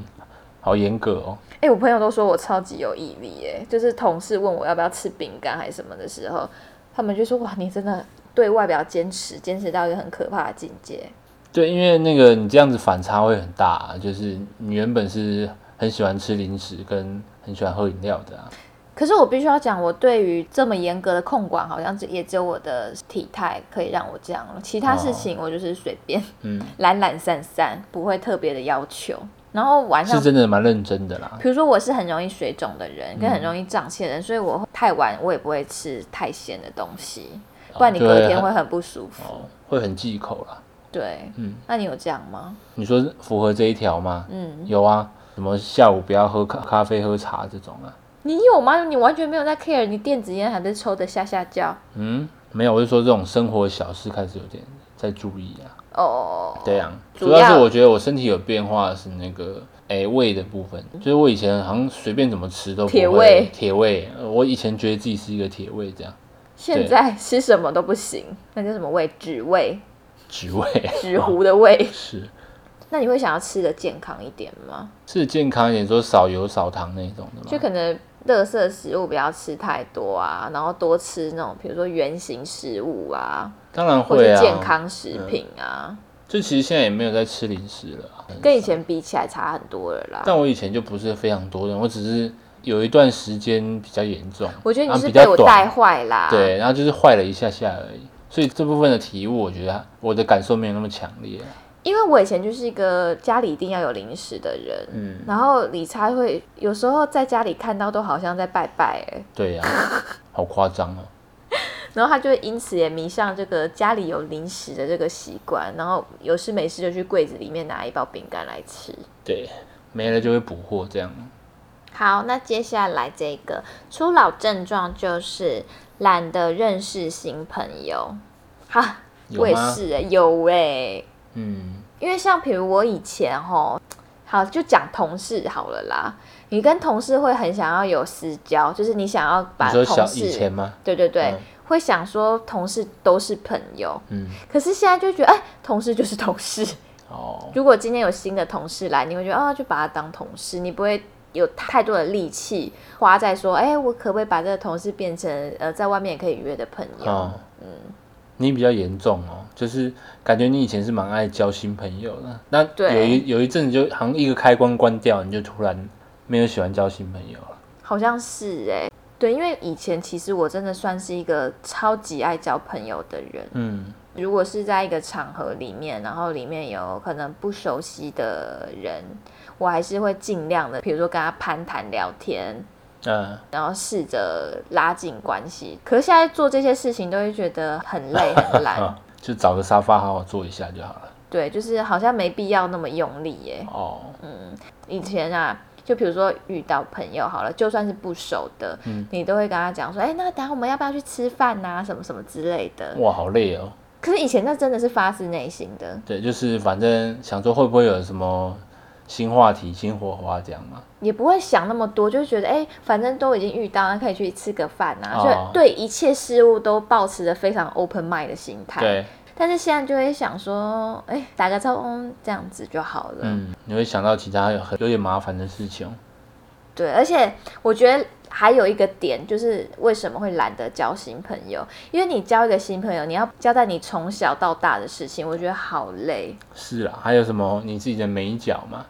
Speaker 3: 好严格哦。
Speaker 2: 哎、我朋友都说我超级有毅力耶，就是同事问我要不要吃饼干还是什么的时候，他们就说哇，你真的对外表坚持，坚持到一个很可怕的境界。
Speaker 3: 对，因为那个你这样子反差会很大啊、就是你原本是很喜欢吃零食跟很喜欢喝饮料的啊，
Speaker 2: 可是我必须要讲，我对于这么严格的控管，好像只也只有我的体态可以让我这样了，其他事情我就是随便，
Speaker 3: 哦嗯，
Speaker 2: 懒懒散散，不会特别的要求。然后晚上
Speaker 3: 是真的蛮认真的啦。
Speaker 2: 比如说我是很容易水肿的人，
Speaker 3: 嗯
Speaker 2: 跟很容易胀气的人，所以我太晚我也不会吃太咸的东西，不然你
Speaker 3: 就
Speaker 2: 隔
Speaker 3: 会
Speaker 2: 天
Speaker 3: 哦很
Speaker 2: 会很不舒服。
Speaker 3: 哦，会很忌口啦。
Speaker 2: 对，
Speaker 3: 嗯，
Speaker 2: 那你有这样吗？
Speaker 3: 你说符合这一条吗？
Speaker 2: 嗯，
Speaker 3: 有啊，什么下午不要喝咖咖啡、喝茶这种啊。
Speaker 2: 你有吗？你完全没有在 care，你电子烟还在抽的下下叫。
Speaker 3: 嗯，没有，我是说这种生活小事开始有点在注意啊。
Speaker 2: 哦，
Speaker 3: 对啊，
Speaker 2: 主
Speaker 3: 主要
Speaker 2: 要
Speaker 3: 是我觉得我身体有变化是那个诶、胃的部分，就是我以前好像随便怎么吃都不会
Speaker 2: 铁胃
Speaker 3: 铁胃，呃我以前觉得自己是一个铁胃这样，
Speaker 2: 现在吃什么都不行，那叫什么胃？脂胃，
Speaker 3: 脂胃
Speaker 2: 纸糊的胃。
Speaker 3: 是
Speaker 2: 那你会想要吃的健康一点吗？
Speaker 3: 是健康一点，说少油少糖那种的
Speaker 2: 就
Speaker 3: 嘛。
Speaker 2: 可能垃圾食物不要吃太多啊，然后多吃那种比如说圆形食物啊，
Speaker 3: 当然
Speaker 2: 或
Speaker 3: 会
Speaker 2: 是
Speaker 3: 啊，嗯
Speaker 2: 健康食品啊，
Speaker 3: 就其实现在也没有在吃零食了啊、
Speaker 2: 跟以前比起来差很多了啦。
Speaker 3: 但我以前就不是非常多人，我只是有一段时间比较严重，
Speaker 2: 我觉得
Speaker 3: 然
Speaker 2: 你是
Speaker 3: 后比较
Speaker 2: 被我
Speaker 3: 短
Speaker 2: 带坏啦。
Speaker 3: 对，然后就是坏了一下下而已。所以这部分的体悟，我觉得我的感受没有那么强烈啊、
Speaker 2: 因为我以前就是一个家里一定要有零食的人，
Speaker 3: 嗯，
Speaker 2: 然后理财会有时候在家里看到都好像在拜拜、欸，
Speaker 3: 对呀、 好夸张哦。
Speaker 2: 然后他就会因此也迷上这个家里有零食的这个习惯，然后有事没事就去柜子里面拿一包饼干来吃。
Speaker 3: 对，没了就会补货这样。
Speaker 2: 好，那接下来这个初老症状就是懒得认识新朋友。哈，
Speaker 3: 有
Speaker 2: 我也
Speaker 3: 吗
Speaker 2: 是、欸，有哎、
Speaker 3: 嗯，
Speaker 2: 因为像比如我以前吼，好就讲同事好了啦，你跟同事会很想要有私交，就是你想要
Speaker 3: 你
Speaker 2: 把
Speaker 3: 说
Speaker 2: 同
Speaker 3: 小以
Speaker 2: 事
Speaker 3: 前，吗？
Speaker 2: 对对对，
Speaker 3: 嗯
Speaker 2: 会想说同事都是朋友，
Speaker 3: 嗯，
Speaker 2: 可是现在就觉得哎，同事就是同事。
Speaker 3: 哦，
Speaker 2: 如果今天有新的同事来，你会觉得啊、就把他当同事，你不会有太多的力气花在说，哎，我可不可以把这个同事变成呃，在外面也可以约的朋友？
Speaker 3: 哦，嗯，你比较严重哦，就是感觉你以前是蛮爱交新朋友的，那
Speaker 2: 对
Speaker 3: 有一有一阵子就好像一个开关关掉，你就突然没有喜欢交新朋友了。
Speaker 2: 好像是哎、对，因为以前其实我真的算是一个超级爱交朋友的人。
Speaker 3: 嗯，
Speaker 2: 如果是在一个场合里面，然后里面有可能不熟悉的人，我还是会尽量的，比如说跟他攀谈聊天，
Speaker 3: 呃，
Speaker 2: 然后试着拉近关系。可是现在做这些事情都会觉得很累很 懒，
Speaker 3: 啊，就找个沙发好好坐一下就好了。
Speaker 2: 对，就是好像没必要那么用力耶、
Speaker 3: 哦，
Speaker 2: 以前啊，就比如说遇到朋友好了，就算是不熟的，
Speaker 3: 嗯
Speaker 2: 你都会跟他讲说，哎、那等下我们要不要去吃饭呐、什么什么之类的。
Speaker 3: 哇，好累哦。
Speaker 2: 可是以前那真的是发自内心的，
Speaker 3: 对，就是反正想说会不会有什么新话题、新火花这样嘛。
Speaker 2: 也不会想那么多，就觉得哎、反正都已经遇到，那可以去吃个饭呐、
Speaker 3: 哦
Speaker 2: 就对一切事物都保持着非常 open mind 的心态。
Speaker 3: 对，
Speaker 2: 但是现在就会想说，哎、打个招呼嗯这样子就好了。
Speaker 3: 嗯，你会想到其他有很有点麻烦的事情。
Speaker 2: 对，而且我觉得还有一个点就是为什么会懒得交新朋友，因为你交一个新朋友，你要交代你从小到大的事情，我觉得好累。
Speaker 3: 是啦，还有什么你自己的美角嘛？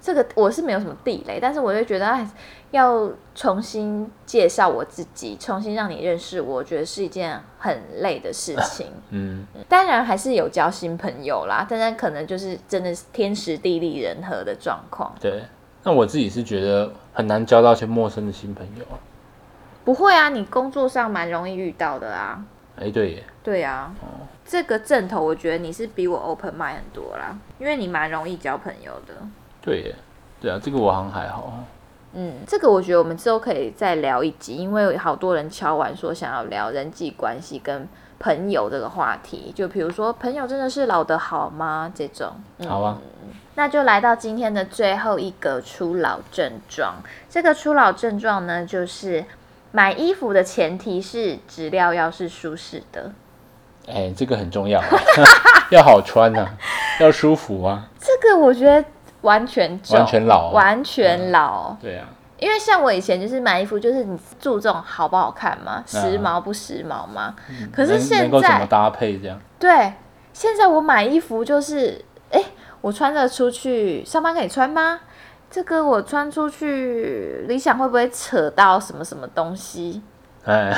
Speaker 2: 这个我是没有什么地雷，但是我就觉得，哎，要重新介绍我自己，重新让你认识我，我觉得是一件很累的 事情。
Speaker 3: 嗯，
Speaker 2: 当然还是有交新朋友啦，但是可能就是真的是天时地利人和的状况。
Speaker 3: 对。那我自己是觉得很难交到一些陌生的新朋友啊。
Speaker 2: 不会啊，你工作上蛮容易遇到的啊。
Speaker 3: 哎、对耶，
Speaker 2: 对啊，这个阵头我觉得你是比我 open mind 很多啦，因为你蛮容易交朋友的。
Speaker 3: 对耶，对啊，这个我好像还好。
Speaker 2: 嗯，这个我觉得我们之后可以再聊一集，因为有好多人敲完说想要聊人际关系跟朋友这个话题，就比如说朋友真的是老的好吗？这种。嗯
Speaker 3: 好啊，
Speaker 2: 那就来到今天的最后一个初老症状。这个初老症状呢，就是买衣服的前提是质量要是舒适的。
Speaker 3: 哎、这个很重要啊、 要好穿啊，要舒服啊。
Speaker 2: 这个我觉得完全中
Speaker 3: 完全老啊
Speaker 2: 哦完全老。
Speaker 3: 对啊，
Speaker 2: 因为像我以前就是买衣服，就是你注重好不好看嘛，时髦不时髦嘛。可是
Speaker 3: 嗯能
Speaker 2: 现
Speaker 3: 能够怎么
Speaker 2: 在
Speaker 3: 搭配这样？
Speaker 2: 对，现在我买衣服就是，哎，我穿着出去上班可以穿吗？这个我穿出去，理想会不会扯到什么什么东西？
Speaker 3: 哎，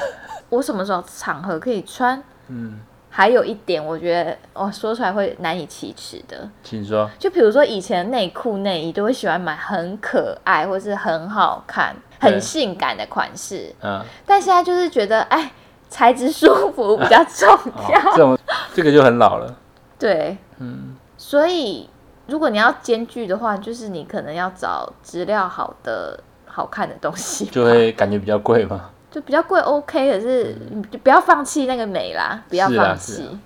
Speaker 2: 我什么时候场合可以穿？
Speaker 3: 嗯，
Speaker 2: 还有一点，我觉得哦，说出来会难以启齿的，
Speaker 3: 请说。
Speaker 2: 就比如说以前内裤、内衣都会喜欢买很可爱或是很好看、很
Speaker 3: 对
Speaker 2: 性感的款式，
Speaker 3: 嗯。
Speaker 2: 但现在就是觉得，哎，材质舒服比较重
Speaker 3: 哦
Speaker 2: 要。
Speaker 3: 这种这个就很老了。
Speaker 2: 对，
Speaker 3: 嗯，
Speaker 2: 所以如果你要兼具的话，就是你可能要找质量好的、好看的东西，
Speaker 3: 就会感觉比较贵嘛。
Speaker 2: 就比较贵 OK，可是你就不要放弃那个美啦，不要
Speaker 3: 嗯是啊
Speaker 2: 放
Speaker 3: 是
Speaker 2: 弃。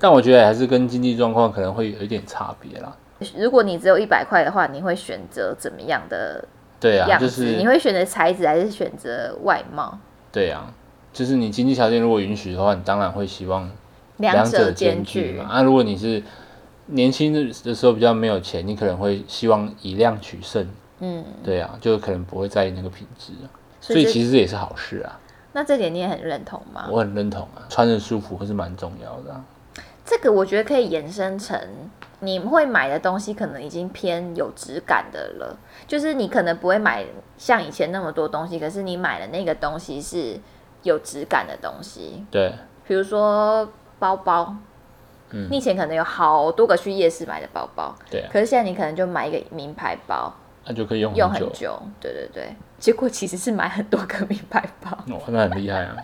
Speaker 3: 但我觉得还是跟经济状况可能会有一点差别啦。
Speaker 2: 如果你只有一百块的话，你会选择怎么样的
Speaker 3: 对啊，
Speaker 2: 样子？
Speaker 3: 就是
Speaker 2: 你会选择材质还是选择外貌？
Speaker 3: 对啊，就是你经济条件如果允许的话，你当然会希望
Speaker 2: 两
Speaker 3: 者
Speaker 2: 兼
Speaker 3: 具
Speaker 2: 具
Speaker 3: 嘛。，啊，如果你是年轻的时候比较没有钱，你可能会希望以量取胜。
Speaker 2: 嗯，
Speaker 3: 对啊，就可能不会在意那个品质啊、
Speaker 2: 所
Speaker 3: 所
Speaker 2: 以
Speaker 3: 以
Speaker 2: 这
Speaker 3: 其实这也是好事啊，
Speaker 2: 那这点你也很认同吗？
Speaker 3: 我很认同啊，穿着舒服还是蛮重要的、啊。
Speaker 2: 这个我觉得可以延伸成，你会买的东西可能已经偏有质感的了，就是你可能不会买像以前那么多东西，可是你买的那个东西是有质感的东西，
Speaker 3: 对，
Speaker 2: 比如说包包，
Speaker 3: 嗯
Speaker 2: 你以前可能有好多个去夜市买的包包，
Speaker 3: 对啊，
Speaker 2: 可是现在你可能就买一个名牌包，
Speaker 3: 那就可以用
Speaker 2: 用
Speaker 3: 嗯很久
Speaker 2: 很。久，对对对。结果其实是买很多个名牌包。
Speaker 3: 哦，那很厉害啊！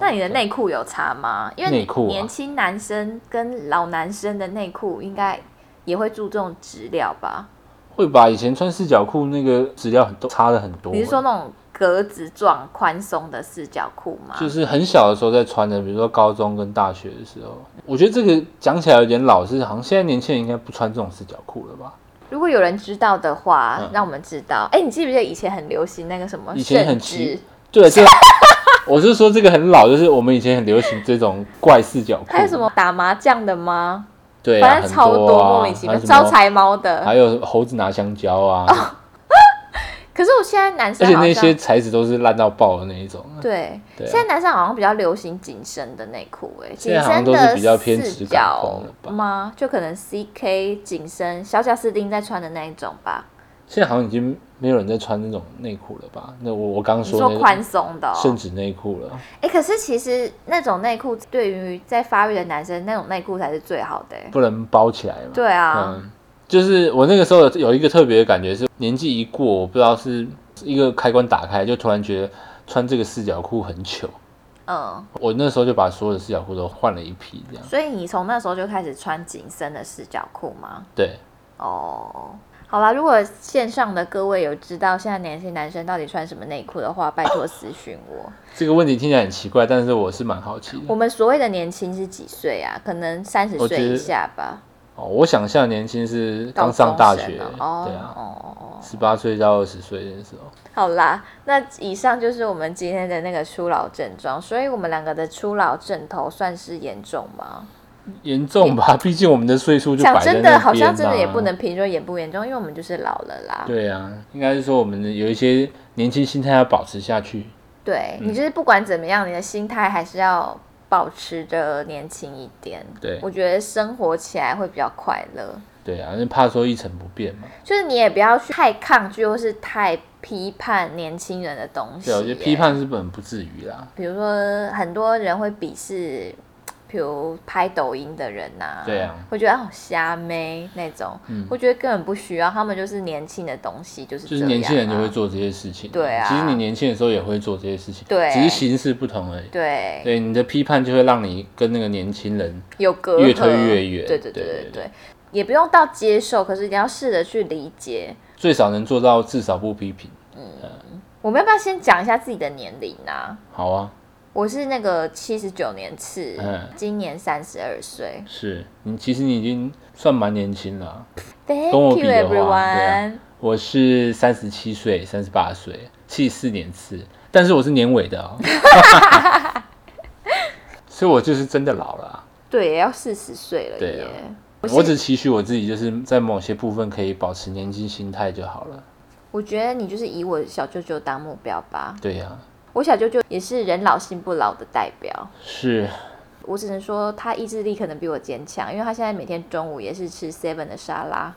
Speaker 2: 那你的内裤有差吗？因为
Speaker 3: 内裤啊
Speaker 2: 年轻男生跟老男生的内裤应该也会注重质量吧？
Speaker 3: 会把以前穿四角裤那个质量很多差的很多。欸
Speaker 2: 你是说那种格子状宽松的四角裤吗？
Speaker 3: 就是很小的时候在穿的，比如说高中跟大学的时候，我觉得这个讲起来有点老是好像现在年轻人应该不穿这种四角裤了吧？
Speaker 2: 如果有人知道的话，
Speaker 3: 嗯
Speaker 2: 让我们知道。哎、你记不记得以前很流行那个什么
Speaker 3: 以前
Speaker 2: 圣
Speaker 3: 很奇
Speaker 2: 旨，
Speaker 3: 对，这我是说这个很老，就是我们以前很流行这种怪四角裤，
Speaker 2: 还有什？么打麻将的吗？
Speaker 3: 对、啊，
Speaker 2: 反正超
Speaker 3: 很
Speaker 2: 多
Speaker 3: 多
Speaker 2: 莫
Speaker 3: 啊
Speaker 2: 名其妙
Speaker 3: 还有什
Speaker 2: 招
Speaker 3: 么
Speaker 2: 财猫的。
Speaker 3: 还有猴子拿香蕉啊，
Speaker 2: 可是我现在男
Speaker 3: 而
Speaker 2: 生
Speaker 3: 且
Speaker 2: 好
Speaker 3: 那
Speaker 2: 像
Speaker 3: 些材质都是烂到爆的那一种。
Speaker 2: 对，
Speaker 3: 对啊
Speaker 2: 现在男生好像比较流行紧身的内裤、哎，紧
Speaker 3: 现在好
Speaker 2: 身
Speaker 3: 像都是
Speaker 2: 的
Speaker 3: 比较偏
Speaker 2: 四
Speaker 3: 质感
Speaker 2: 角
Speaker 3: 风了吧
Speaker 2: 吗？就可能 CK 紧身小贾斯汀在穿的那一种吧。
Speaker 3: 现在好像已经没有人在穿那种内裤了吧？那我我刚刚
Speaker 2: 你
Speaker 3: 那
Speaker 2: 说
Speaker 3: 个
Speaker 2: 宽松的、
Speaker 3: 甚
Speaker 2: 哦，
Speaker 3: 至内裤了，
Speaker 2: 哎、可是其实那种内裤对于在发育的男生，那种内裤才是最好的、哎
Speaker 3: 不能包起来嘛。
Speaker 2: 对啊，
Speaker 3: 嗯，就是我那个时候有一个特别的感觉是，年纪一过，我不知道是一个开关打开，就突然觉得穿这个四角裤很糗。
Speaker 2: 嗯，
Speaker 3: 我那时候就把所有的四角裤都换了一批，这样
Speaker 2: 所以你从那时候就开始穿紧身的四角裤吗？
Speaker 3: 对。
Speaker 2: 哦，好啦，如果线上的各位有知道现在年轻男生到底穿什么内裤的话，拜托私讯我。
Speaker 3: 这个问题听起来很奇怪，但是我是蛮好奇的
Speaker 2: 我。们所谓的年轻是几岁啊？可能三十
Speaker 3: 嗯我
Speaker 2: 岁
Speaker 3: 觉
Speaker 2: 以
Speaker 3: 得
Speaker 2: 下吧。
Speaker 3: 哦，我想象年轻是
Speaker 2: 高
Speaker 3: 刚上大
Speaker 2: 中
Speaker 3: 学，
Speaker 2: 生哦，
Speaker 3: 对
Speaker 2: 哦
Speaker 3: 啊，
Speaker 2: 哦哦，
Speaker 3: 十八岁到二十岁那时候。
Speaker 2: 好啦，那以上就是我们今天的那个初老症状，所以我们两个的初老症头算是严重吗？
Speaker 3: 严重吧， 毕竟我们的岁数就摆
Speaker 2: 讲
Speaker 3: 在那
Speaker 2: 真
Speaker 3: 边、
Speaker 2: 的，
Speaker 3: 啊、
Speaker 2: 好像真的也不。能评论严不严重，因为我们就是老了啦。
Speaker 3: 对啊，应该是说我们有一些年轻心态要保持下去。
Speaker 2: 对
Speaker 3: 嗯
Speaker 2: 你就是不管怎么样，你的心态还是要保持着年轻一点。
Speaker 3: 对
Speaker 2: 我觉得生活起来会比较快乐。
Speaker 3: 对啊，因为怕说一成不变嘛。
Speaker 2: 就是你也不要去太抗拒或是太批判年轻人的东西。
Speaker 3: 对啊，我觉得批，判是本不至于啦。
Speaker 2: 比如说很多人会鄙视，比如拍抖音的人呐、
Speaker 3: 对啊嗯
Speaker 2: 会觉得哦瞎妹那种，我觉得根本不需要，他们就是年轻的东西，就是
Speaker 3: 就
Speaker 2: 这
Speaker 3: 是
Speaker 2: 样
Speaker 3: 年轻人
Speaker 2: 啊
Speaker 3: 就会做这些事情。
Speaker 2: 对啊
Speaker 3: 其实你年轻的时候也会做这些事情，
Speaker 2: 对
Speaker 3: 只是形式不同而已。
Speaker 2: 对
Speaker 3: 对，你的批判就会让你跟那个年轻人，
Speaker 2: 有隔阂，
Speaker 3: 越推越远
Speaker 2: 对对对
Speaker 3: 对
Speaker 2: 对对
Speaker 3: 对对
Speaker 2: 也不用到接受，可是一定要试着去理解。
Speaker 3: 最少能做到至少不批评。
Speaker 2: 我们要不要先讲一下自己的年龄啊？
Speaker 3: 好啊，
Speaker 2: 我是那个七十九年次，
Speaker 3: 嗯
Speaker 2: 今年三十二岁。
Speaker 3: 是你其实你已经算蛮年轻了啊。
Speaker 2: Thank
Speaker 3: 跟我
Speaker 2: you
Speaker 3: 比的话对啊
Speaker 2: everyone。
Speaker 3: 我是三十七岁，三十八岁，七四年次，但是我是年尾的哦， 所以我就是真的老了啊、
Speaker 2: 对，也要四十岁了
Speaker 3: 对
Speaker 2: 耶
Speaker 3: 啊。我只期许我自己就是在某些部分可以保持年轻心态就好了。
Speaker 2: 我觉得你就是以我小舅舅当目标吧。
Speaker 3: 对呀、
Speaker 2: 我小舅舅也是人老心不老的代表。
Speaker 3: 是
Speaker 2: 我只能说他意志力可能比我坚强，因为他现在每天中午也是吃 seven 的沙拉，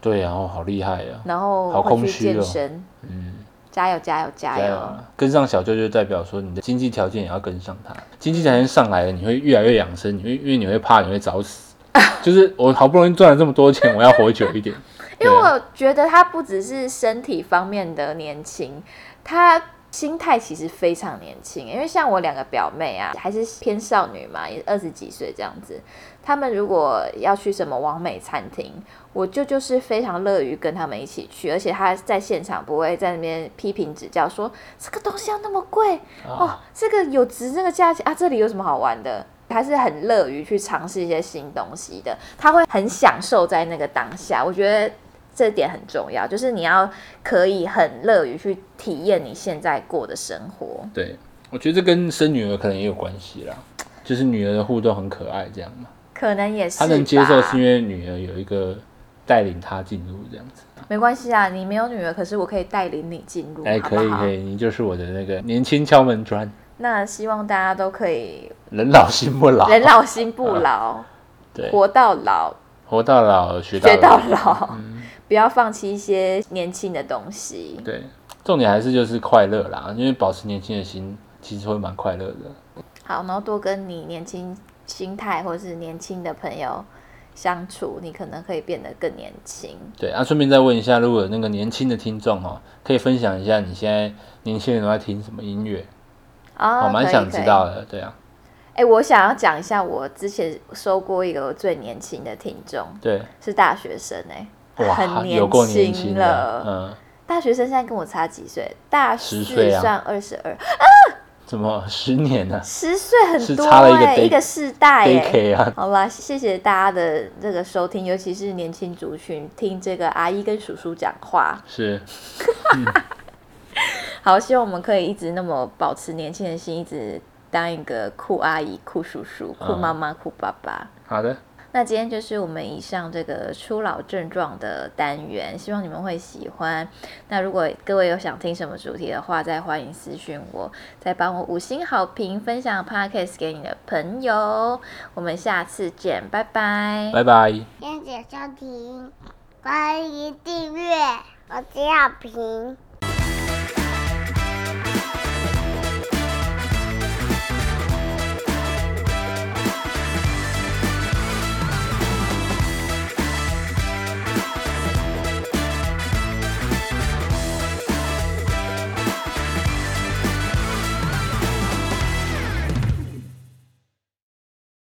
Speaker 3: 对呀、哦，好厉害呀、
Speaker 2: 然后
Speaker 3: 好
Speaker 2: 会
Speaker 3: 空
Speaker 2: 去
Speaker 3: 虚哦
Speaker 2: 健身。嗯，加油加油加
Speaker 3: 加油
Speaker 2: 油！
Speaker 3: 啊！跟上小舅就代表说你的经济条件也要跟上他，经济条件上来了，你会越来越养生，你会因为你会怕你会早 死。就是我好不容易赚了这么多钱，我要活久一点。
Speaker 2: 因为
Speaker 3: 对啊
Speaker 2: 我觉得他不只是身体方面的年轻，他心态其实非常年轻。因为像我两个表妹啊，还是偏少女嘛，也二十几岁这样子。他们如果要去什么完美餐厅，我舅舅是非常乐于跟他们一起去，而且他在现场不会在那边批评指教说这个东西要那么贵
Speaker 3: 啊
Speaker 2: 哦，这个有值这个价钱啊，这里有什么好玩的？他是很乐于去尝试一些新东西的，他会很享受在那个当下。我觉得这点很重要，就是你要可以很乐于去体验你现在过的生活。
Speaker 3: 对，我觉得这跟生女儿可能也有关系啦，就是女儿的互动很可爱这样嘛，
Speaker 2: 可能也是
Speaker 3: 她能接受是因
Speaker 2: 为
Speaker 3: 为女儿有一个带领她进入这样子。
Speaker 2: 没关系啊，你没有女儿，可是我可以带领你进入，
Speaker 3: 哎，
Speaker 2: 好
Speaker 3: 可
Speaker 2: 不
Speaker 3: 以
Speaker 2: 好
Speaker 3: 可？以，你就是我的那个年轻敲门砖，
Speaker 2: 那希望大家都可以
Speaker 3: 人老心不老，
Speaker 2: 人老心不老，
Speaker 3: 啊对，
Speaker 2: 活到老，
Speaker 3: 活到老学到
Speaker 2: 学到
Speaker 3: 老，嗯
Speaker 2: 老，不要放弃一些年轻的东西。
Speaker 3: 对，重点还是就是快乐啦，因为保持年轻的心其实会蛮快乐的。
Speaker 2: 好，然后多跟你年轻心态，或是年轻的朋友相处，你可能可以变得更年轻。
Speaker 3: 对啊，顺便再问一下，如果有那个年轻的听众哦，可以分享一下你现在年轻人都在听什么音乐？
Speaker 2: 哦，
Speaker 3: 我蛮
Speaker 2: 可以
Speaker 3: 想
Speaker 2: 可
Speaker 3: 知
Speaker 2: 以
Speaker 3: 道的。对啊，
Speaker 2: 哎、我想要讲一下，我之前收过一个我最年轻的听众，
Speaker 3: 对，
Speaker 2: 是大学生哎、很
Speaker 3: 哇，
Speaker 2: 年
Speaker 3: 有够
Speaker 2: 轻
Speaker 3: 年轻
Speaker 2: 了
Speaker 3: 的，嗯，
Speaker 2: 大学生现在跟我差几岁？大四
Speaker 3: 10岁啊
Speaker 2: 算二十二，
Speaker 3: 怎么十年呢
Speaker 2: 十岁很
Speaker 3: 是
Speaker 2: 多
Speaker 3: 差了一个
Speaker 2: 哎、
Speaker 3: day-
Speaker 2: 一个世代哎、
Speaker 3: ？DK 啊，
Speaker 2: 好啦，谢谢大家的这个收听，尤其是年轻族群听这个阿姨跟叔叔讲话。
Speaker 3: 是
Speaker 2: 好，希望我们可以一直那么保持年轻的心，一直当一个酷阿姨、酷叔叔、
Speaker 3: 嗯
Speaker 2: 酷妈妈、酷爸爸。
Speaker 3: 好的，
Speaker 2: 那今天就是我们以上这个初老症状的单元，希望你们会喜欢。那如果各位有想听什么主题的话，再欢迎私讯我，再帮我五星好评，分享 podcast 给你的朋友。我们下次见，拜拜。
Speaker 3: 拜拜。
Speaker 1: 谢谢收听，欢迎订阅，我是小平。